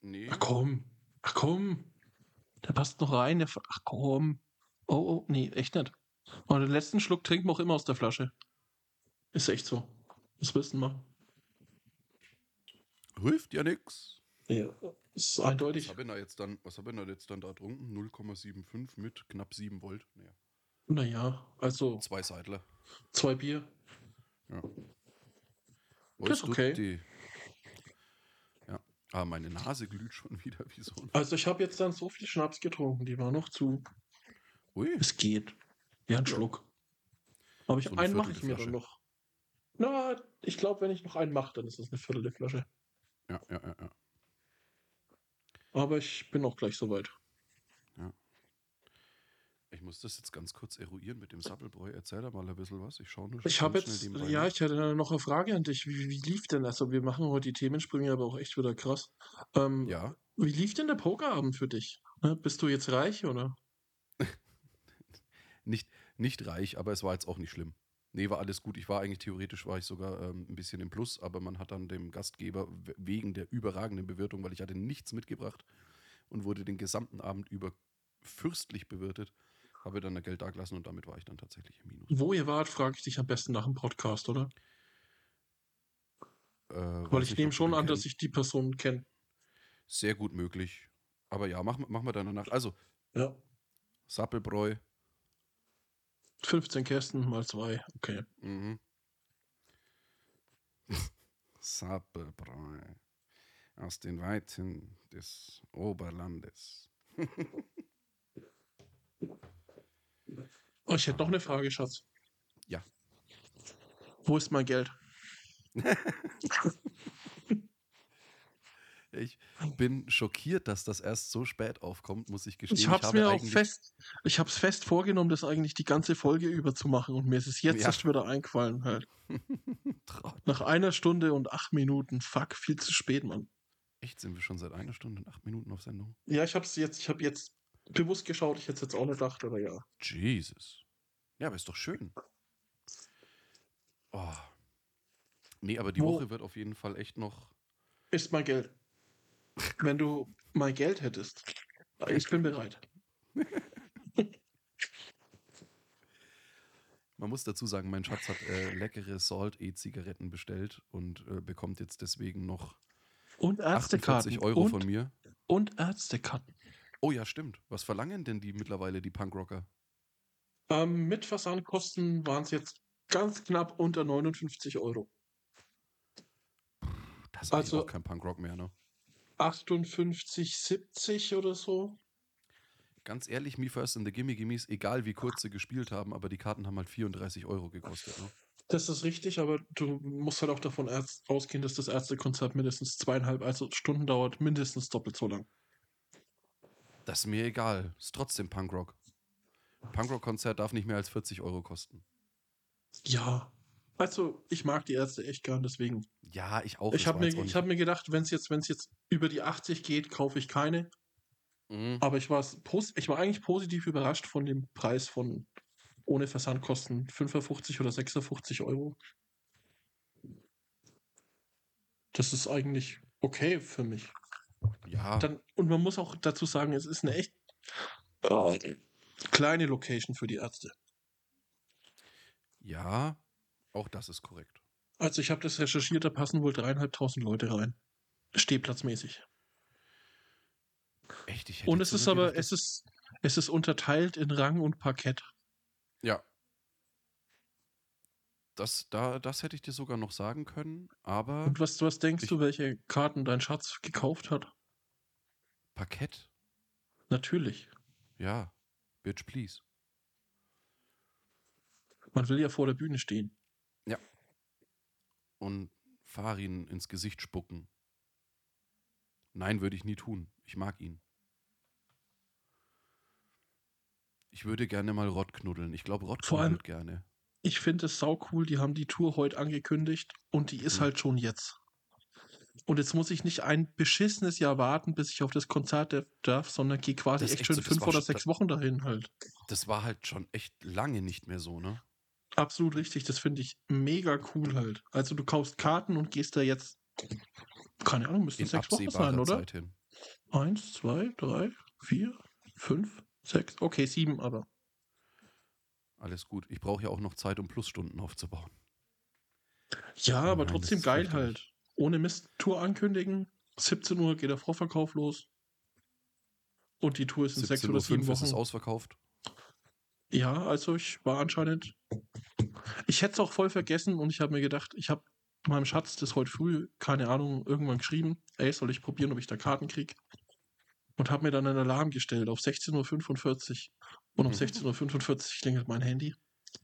Nee. Ach komm. Ach komm. Der passt noch rein. Der, ach komm. Oh, oh, nee, echt nicht. Und den letzten Schluck trinken wir auch immer aus der Flasche. Ist echt so. Das wissen wir. Hilft ja nix. Ja, ist Was eindeutig. habe ich da jetzt dann, was hab ich da jetzt dann da getrunken? 0,75 mit knapp 7 Volt. Naja. Naja, also Zwei Seidler. zwei Bier. Das Alles ist okay. Gutti. Ja. Ah, meine Nase glüht schon wieder wie so ein. Also ich habe jetzt dann so viel Schnaps getrunken, die war noch zu. Ui. Es geht. Ja, ein Schluck. Aber ich, So eine einen mache ich mir Viertelflasche. dann noch. Na, ich glaube, wenn ich noch einen mache, dann ist das eine Viertel der Flasche. Ja, ja, ja, ja. Aber ich bin auch gleich soweit. Ich muss das jetzt ganz kurz eruieren mit dem Sappelbräu. Erzähl da mal ein bisschen was. Ich schaue nur Ich habe ganz jetzt, äh, schnell nebenbei ja, nach. ich hatte dann noch eine Frage an dich. Wie, wie lief denn, also wir machen heute die Themensprünge, aber auch echt wieder krass. Ähm, Ja, Wie lief denn der Pokerabend für dich? Ne, Bist du jetzt reich, oder? nicht, nicht reich, aber es war jetzt auch nicht schlimm. Nee, war alles gut. Ich war eigentlich theoretisch, war ich sogar ähm, ein bisschen im Plus, aber man hat dann dem Gastgeber we- wegen der überragenden Bewirtung, weil ich hatte nichts mitgebracht und wurde den gesamten Abend über fürstlich bewirtet, habe dann das Geld dagelassen und damit war ich dann tatsächlich im Minus. Wo ihr wart, frage ich dich am besten nach dem Podcast, oder? Äh, Weil weiß ich nicht, nehme ob du schon den an, dass kennst. ich die Person kenne. Sehr gut möglich. Aber ja, machen mach wir dann danach. Also, Ja. Sappelbräu. 15 Kästen mal zwei. Okay. Mhm. Sappelbräu. Aus den Weiten des Oberlandes. Oh, ich hätte noch eine Frage, Schatz. Ja. Wo ist mein Geld? Ich bin schockiert, dass das erst so spät aufkommt, muss ich gestehen. Ich habe es mir auch eigentlich- fest, ich hab's fest vorgenommen, das eigentlich die ganze Folge über zu machen und mir ist es jetzt Ja. erst wieder eingefallen halt. Tra- Nach einer Stunde und acht Minuten. Fuck, viel zu spät, Mann. Echt, sind wir schon seit einer Stunde und acht Minuten auf Sendung? Ja, ich hab's jetzt, ich habe jetzt bewusst geschaut, ich hätte jetzt auch nicht gedacht, aber ja. Jesus. Ja, aber ist doch schön. Oh. Nee, aber die Wo- Woche wird auf jeden Fall echt noch Ist mein Geld. Wenn du mal Geld hättest. Ich bin bereit. Man muss dazu sagen, mein Schatz hat äh, leckere Salt-E-Zigaretten bestellt und äh, bekommt jetzt deswegen noch Und Ärztekarten. 48 Euro und, von mir. und Ärztekarten. Oh ja, stimmt. Was verlangen denn die mittlerweile, die Punkrocker? Ähm, mit Versandkosten waren es jetzt ganz knapp unter 59 Euro. Das ist also, Also- auch kein Punkrock mehr, ne? 58,70 oder so. Ganz ehrlich, Me First and the Gimme Gimmies, egal wie kurz sie gespielt haben, aber die Karten haben halt 34 Euro gekostet, ne? Das ist richtig, aber du musst halt auch davon erst ausgehen, dass das Ärztekonzert mindestens zweieinhalb also Stunden dauert, mindestens doppelt so lang. Das ist mir egal. Ist trotzdem Punkrock. Punkrock-Konzert darf nicht mehr als 40 Euro kosten. Ja. Also, ich mag die Ärzte echt gern, deswegen. Ja, ich auch. ich das habe war mir, jetzt auch ich nicht- hab mir gedacht, wenn es jetzt, wenn's jetzt über die 80 geht, kaufe ich keine. Mhm. Aber ich, war's pos- ich war eigentlich positiv überrascht von dem Preis von ohne Versandkosten 55 oder 56 Euro. Das ist eigentlich okay für mich. Ja, Dann, und man muss auch dazu sagen, es ist eine echt äh, kleine Location für die Ärzte. ja, auch das ist korrekt. Also ich habe das recherchiert, da passen wohl dreieinhalbtausend Leute rein. Stehplatzmäßig. Echt, ich hätte Und jetzt es ist sogar aber, gedacht, es ist, es ist unterteilt in Rang und Parkett. Ja. Das, da, das hätte ich dir sogar noch sagen können, aber Und was, was denkst Ich- du, welche Karten dein Schatz gekauft hat? Parkett, Natürlich. ja, bitch please. Man will ja vor der Bühne stehen. Und Farin ins Gesicht spucken. Nein, würde ich nie tun. Ich mag ihn. Ich würde gerne mal Rott knuddeln. Ich glaube, Rott Vor allem- knuddelt gerne. Ich finde es saucool, die haben die Tour heute angekündigt und die ist Mhm. halt schon jetzt. Und jetzt muss ich nicht ein beschissenes Jahr warten, bis ich auf das Konzert darf- darf, sondern gehe quasi Das ist echt echt schön so, das fünf war oder schon- sechs Wochen dahin halt. Das war halt schon echt lange nicht mehr so, ne? Absolut richtig, das finde ich mega cool halt. Also du kaufst Karten und gehst da jetzt, keine Ahnung, müssten In sechs Wochen absehbarer sein, oder? Zeit hin. Eins, zwei, drei, vier, fünf, sechs, okay, sieben aber. Alles gut. Ich brauche ja auch noch Zeit, um Plusstunden aufzubauen. Ja, Ah, aber Oh Nein, das trotzdem ist geil fürchterlich. halt. Ohne Mist, Tour ankündigen. 17 Uhr geht der Vorverkauf los. Und die Tour ist in sechs 17.05 oder sieben ist es Wochen. ausverkauft. Ja, also ich war anscheinend. Ich hätte es auch voll vergessen und ich habe mir gedacht, ich habe meinem Schatz das heute früh, keine Ahnung, irgendwann geschrieben. Ey, soll ich probieren, ob ich da Karten kriege? Und habe mir dann einen Alarm gestellt auf 16.45 Uhr. Und um Mhm. 16.45 Uhr klingelt mein Handy.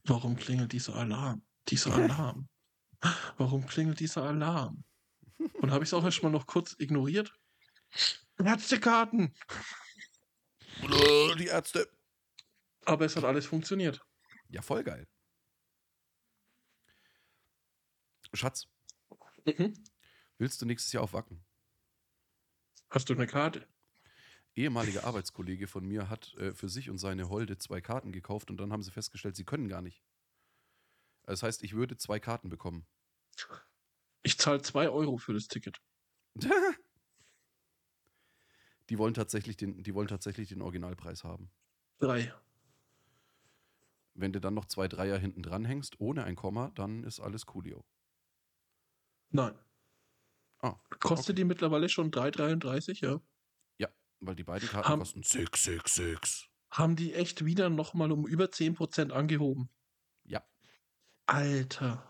Warum klingelt dieser Alarm? Dieser Alarm. Warum klingelt dieser Alarm? Und habe ich es auch erstmal noch kurz ignoriert. Ärztekarten! Äh, Die Ärzte. Aber es hat alles funktioniert. Ja, voll geil. Schatz, willst du nächstes Jahr auf Wacken? Hast du eine Karte? Ehemaliger Arbeitskollege von mir hat äh, für sich und seine Holde zwei Karten gekauft und dann haben sie festgestellt, sie können gar nicht. Das heißt, ich würde zwei Karten bekommen. Ich zahle 2 Euro für das Ticket. Die wollen tatsächlich den, die wollen tatsächlich den Originalpreis haben. Drei. Wenn du dann noch zwei Dreier hinten dran hängst, ohne ein Komma, dann ist alles coolio. Nein. Ah, Kostet die mittlerweile schon 3,33, ja? Weil die beiden Karten Haben- kosten 666. Haben die echt wieder nochmal um über 10% angehoben? Ja. Alter.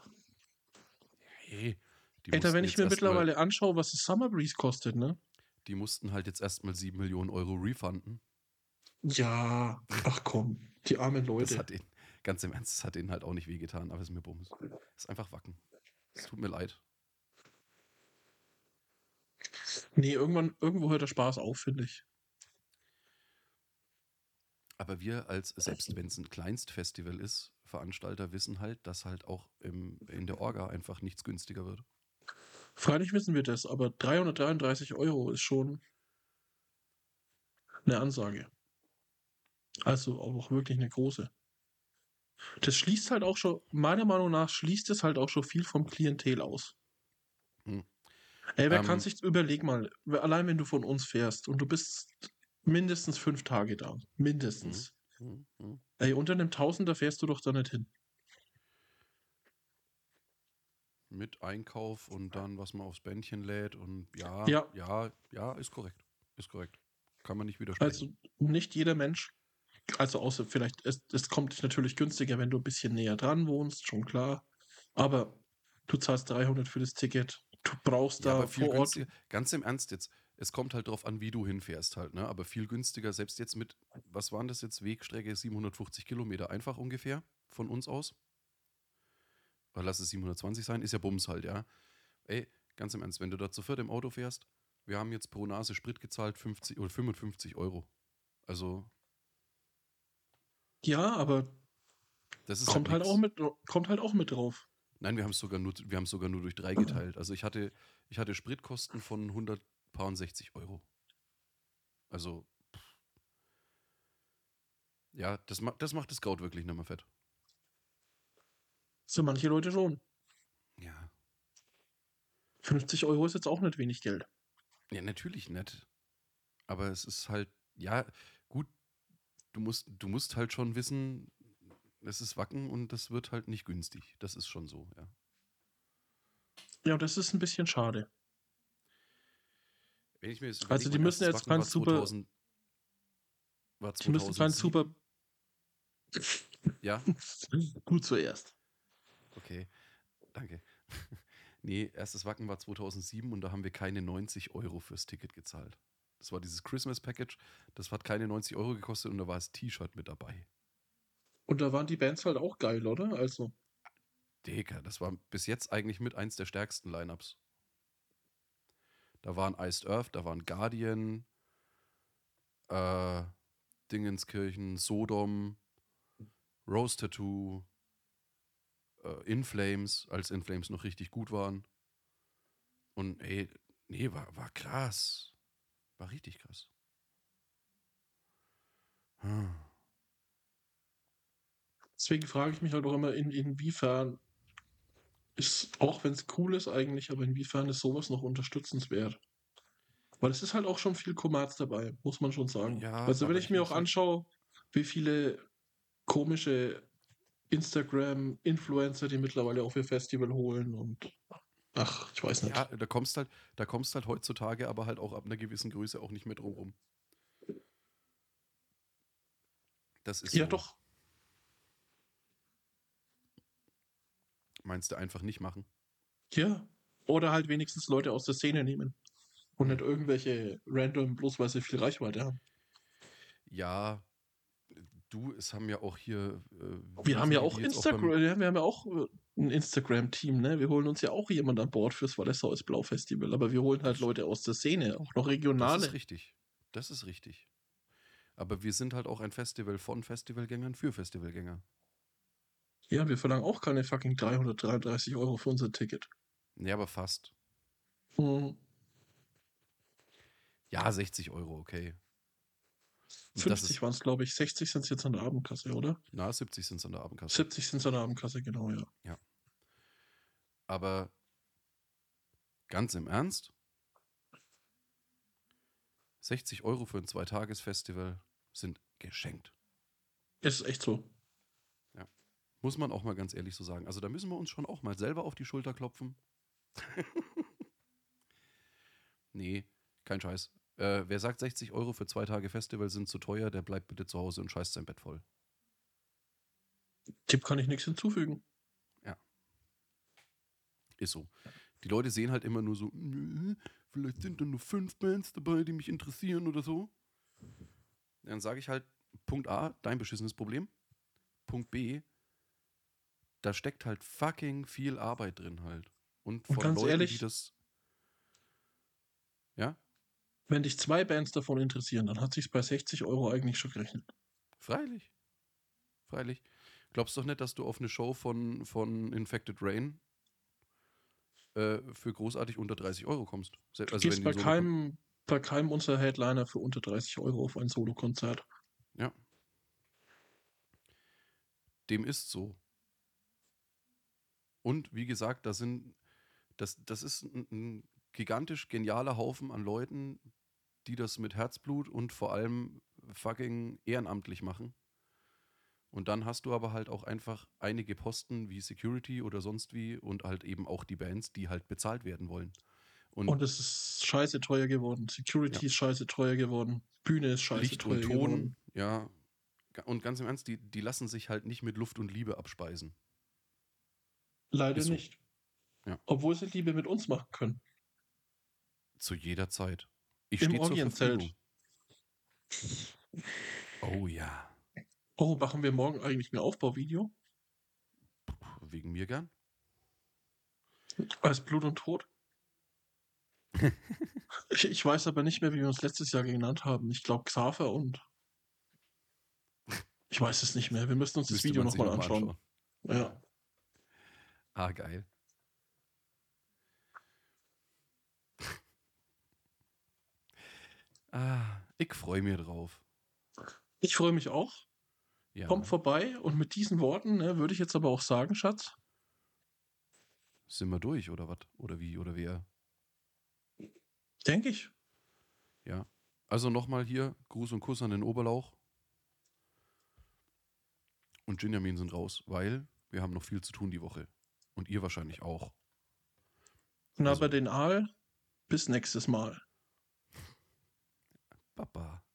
Hey, die Alter, mussten wenn ich jetzt mir erst mal- mittlerweile anschaue, was das Summer Breeze kostet, ne? Die mussten halt jetzt erstmal 7 Millionen Euro refunden. Ja. Ach komm, die armen Das Leute. hat ihnen, ganz im Ernst, das hat ihnen halt auch nicht wehgetan, aber ist mir bums. Ist einfach wacken. Es tut mir leid. nee, irgendwann, irgendwo hört der Spaß auf, finde ich. Aber wir als, selbst wenn es ein Kleinstfestival ist, Veranstalter wissen halt, dass halt auch im, in der Orga einfach nichts günstiger wird. Freilich wissen wir das, aber 333 Euro ist schon eine Ansage. Also auch wirklich eine große. Das schließt halt auch schon, meiner Meinung nach, schließt es halt auch schon viel vom Klientel aus. Hm. Ey, wer Ähm. kann sich, überleg mal, wer- allein wenn du von uns fährst und du bist mindestens fünf Tage da. Hm. Mindestens. Ey, unter einem Tausender fährst du doch da nicht hin. Mit Einkauf und dann, was man aufs Bändchen lädt und ja, Ja. ja, ja, ist korrekt. Ist korrekt. Kann man nicht widersprechen. Also nicht jeder Mensch. Also außer vielleicht, es, es kommt natürlich günstiger, wenn du ein bisschen näher dran wohnst, schon klar. Aber du zahlst 300 für das Ticket. Du brauchst ja, da aber viel vor Ort. günstiger. Ganz im Ernst jetzt. Es kommt halt drauf an, wie du hinfährst halt, ne? Aber viel günstiger, selbst jetzt mit, was waren das jetzt? Wegstrecke 750 Kilometer, einfach ungefähr von uns aus. Oder lass es 720 sein, ist ja Bums halt, ja. Ey, ganz im Ernst, wenn du da zu viert im Auto fährst, wir haben jetzt pro Nase Sprit gezahlt 50 oder 55 Euro. Also, Ja, aber das ist kommt halt, nix. auch mit, kommt halt auch mit drauf. Nein, wir haben es sogar, nur- wir haben's sogar nur durch Ah. drei geteilt. Also ich hatte, ich hatte Spritkosten von 160 Euro. Also, pff. ja, das, ma das macht das Kraut wirklich nicht mehr fett. Für manche Leute schon. Ja. 50 Euro ist jetzt auch nicht wenig Geld. Ja, natürlich nett. Aber es ist halt, ja, gut, du musst, du musst halt schon wissen, es ist Wacken und das wird halt nicht günstig. Das ist schon so, ja. Ja, das ist ein bisschen schade. Wenn ich mir jetzt Also überleg, die mein müssen erstes jetzt Wacken war kein super- 2000 War Die müssen kein 2007. super. Ja, Gut zuerst. Okay, danke. Nee, erstes Wacken war 2007 und da haben wir keine 90 Euro fürs Ticket gezahlt. Das war dieses Christmas Package, das hat keine 90 Euro gekostet und da war das T-Shirt mit dabei. Und da waren die Bands halt auch geil, oder? Also, Digga, das war bis jetzt eigentlich mit eins der stärksten Lineups. Da waren Iced Earth, da waren Guardian, äh, Dingenskirchen, Sodom, Rose Tattoo, äh, In Flames, als In Flames noch richtig gut waren. Und ey, nee, war, war krass. War richtig krass. Hm. deswegen frage ich mich halt auch immer, in, inwiefern ist, auch wenn es cool ist eigentlich, aber inwiefern ist sowas noch unterstützenswert? Weil es ist halt auch schon viel Kommerz dabei, muss man schon sagen. Ja, also, wenn aber ich ich mir muss auch sagen- anschaue, wie viele komische Instagram-Influencer, die mittlerweile auf ihr Festival holen und ach, ich weiß nicht. Ja, da kommst halt, da kommst halt heutzutage aber halt auch ab einer gewissen Größe auch nicht mehr drum rum. Das ist ja, so. doch. meinst du einfach nicht machen. Ja. Oder halt wenigstens Leute aus der Szene nehmen. Und nicht irgendwelche random, bloß weil sie viel Reichweite haben. Ja, du, es haben ja auch hier. äh, Wir haben ja die auch jetzt beim- Instagram, wir haben ja auch äh, ein Instagram-Team, ne? Wir holen uns ja auch jemand an Bord fürs Wallisau ist Blau Festival, aber wir holen halt Leute aus der Szene, auch das noch ist regionale. richtig. Das ist richtig. Aber wir sind halt auch ein Festival von Festivalgängern für Festivalgänger. Ja, wir verlangen auch keine fucking 333 Euro für unser Ticket. Nee, aber fast. Hm. Ja, 60 Euro, okay. Und das 50 ist, waren es, glaube ich. 60 sind es jetzt an der Abendkasse, oder? na, 70 sind es an der Abendkasse. 70 sind es an der Abendkasse, genau, ja. Aber ganz im Ernst, 60 Euro für ein Zweitagesfestival sind geschenkt. Ist echt so. Muss man auch mal ganz ehrlich so sagen. Also da müssen wir uns schon auch mal selber auf die Schulter klopfen. nee, kein Scheiß. Äh, wer sagt, 60 Euro für zwei Tage Festival sind zu teuer, der bleibt bitte zu Hause und scheißt sein Bett voll. Tipp kann ich nichts hinzufügen. Ist so. Die Leute sehen halt immer nur so, "Nö, vielleicht sind da nur fünf Bands dabei, die mich interessieren oder so. Dann sage ich halt, Punkt A, dein beschissenes Problem. Punkt B, da steckt halt fucking viel Arbeit drin halt. Und von ganz Leuten, ehrlich- die das. Wenn dich zwei Bands davon interessieren, dann hat sich's bei 60 Euro eigentlich schon gerechnet. Freilich. Freilich. Glaubst doch nicht, dass du auf eine Show von, von Infected Rain äh, für großartig unter 30 Euro kommst. Se- Du also wenn gehst die bei so- keinem, bei keinem unserer Headliner für unter 30 Euro auf ein Solokonzert. dem ist so. Und wie gesagt, da sind, das, das ist ein, ein gigantisch genialer Haufen an Leuten, die das mit Herzblut und vor allem fucking ehrenamtlich machen. Und dann hast du aber halt auch einfach einige Posten wie Security oder sonst wie und halt eben auch die Bands, die halt bezahlt werden wollen. Und es ist scheiße teuer geworden. Security Hm. Ja. ist scheiße teuer geworden. Bühne ist scheiße Licht teuer und Ton, geworden. ja. Ga- Und ganz im Ernst, die, die lassen sich halt nicht mit Luft und Liebe abspeisen. Leider Ist so. nicht. Ja. Obwohl sie Liebe mit uns machen können. Zu jeder Zeit. Ich Im stehe zur Orientzelt. Verfügung. Oh ja. Oh, machen wir morgen eigentlich ein Aufbauvideo? Wegen mir gern. Als Blut und Tod? ich, ich weiß aber nicht mehr, wie wir uns letztes Jahr genannt haben. Ich glaube Xaver und. Ich weiß es nicht mehr. Wir müssen uns das Müsste Video man sich nochmal noch mal anschauen. Ja. Ah, geil. ah, ich freue mich drauf. Ich freue mich auch. Ja. Kommt vorbei. Und mit diesen Worten ne, würde ich jetzt aber auch sagen, Schatz, Sind wir durch oder was? Oder wie? Oder wer? denke ich, Also nochmal hier, Gruß und Kuss an den Oberlauch. Und Ginjamin sind raus, weil wir haben noch viel zu tun die Woche. Und ihr wahrscheinlich auch. Na, Also- aber den Aal. Bis nächstes Mal. Baba.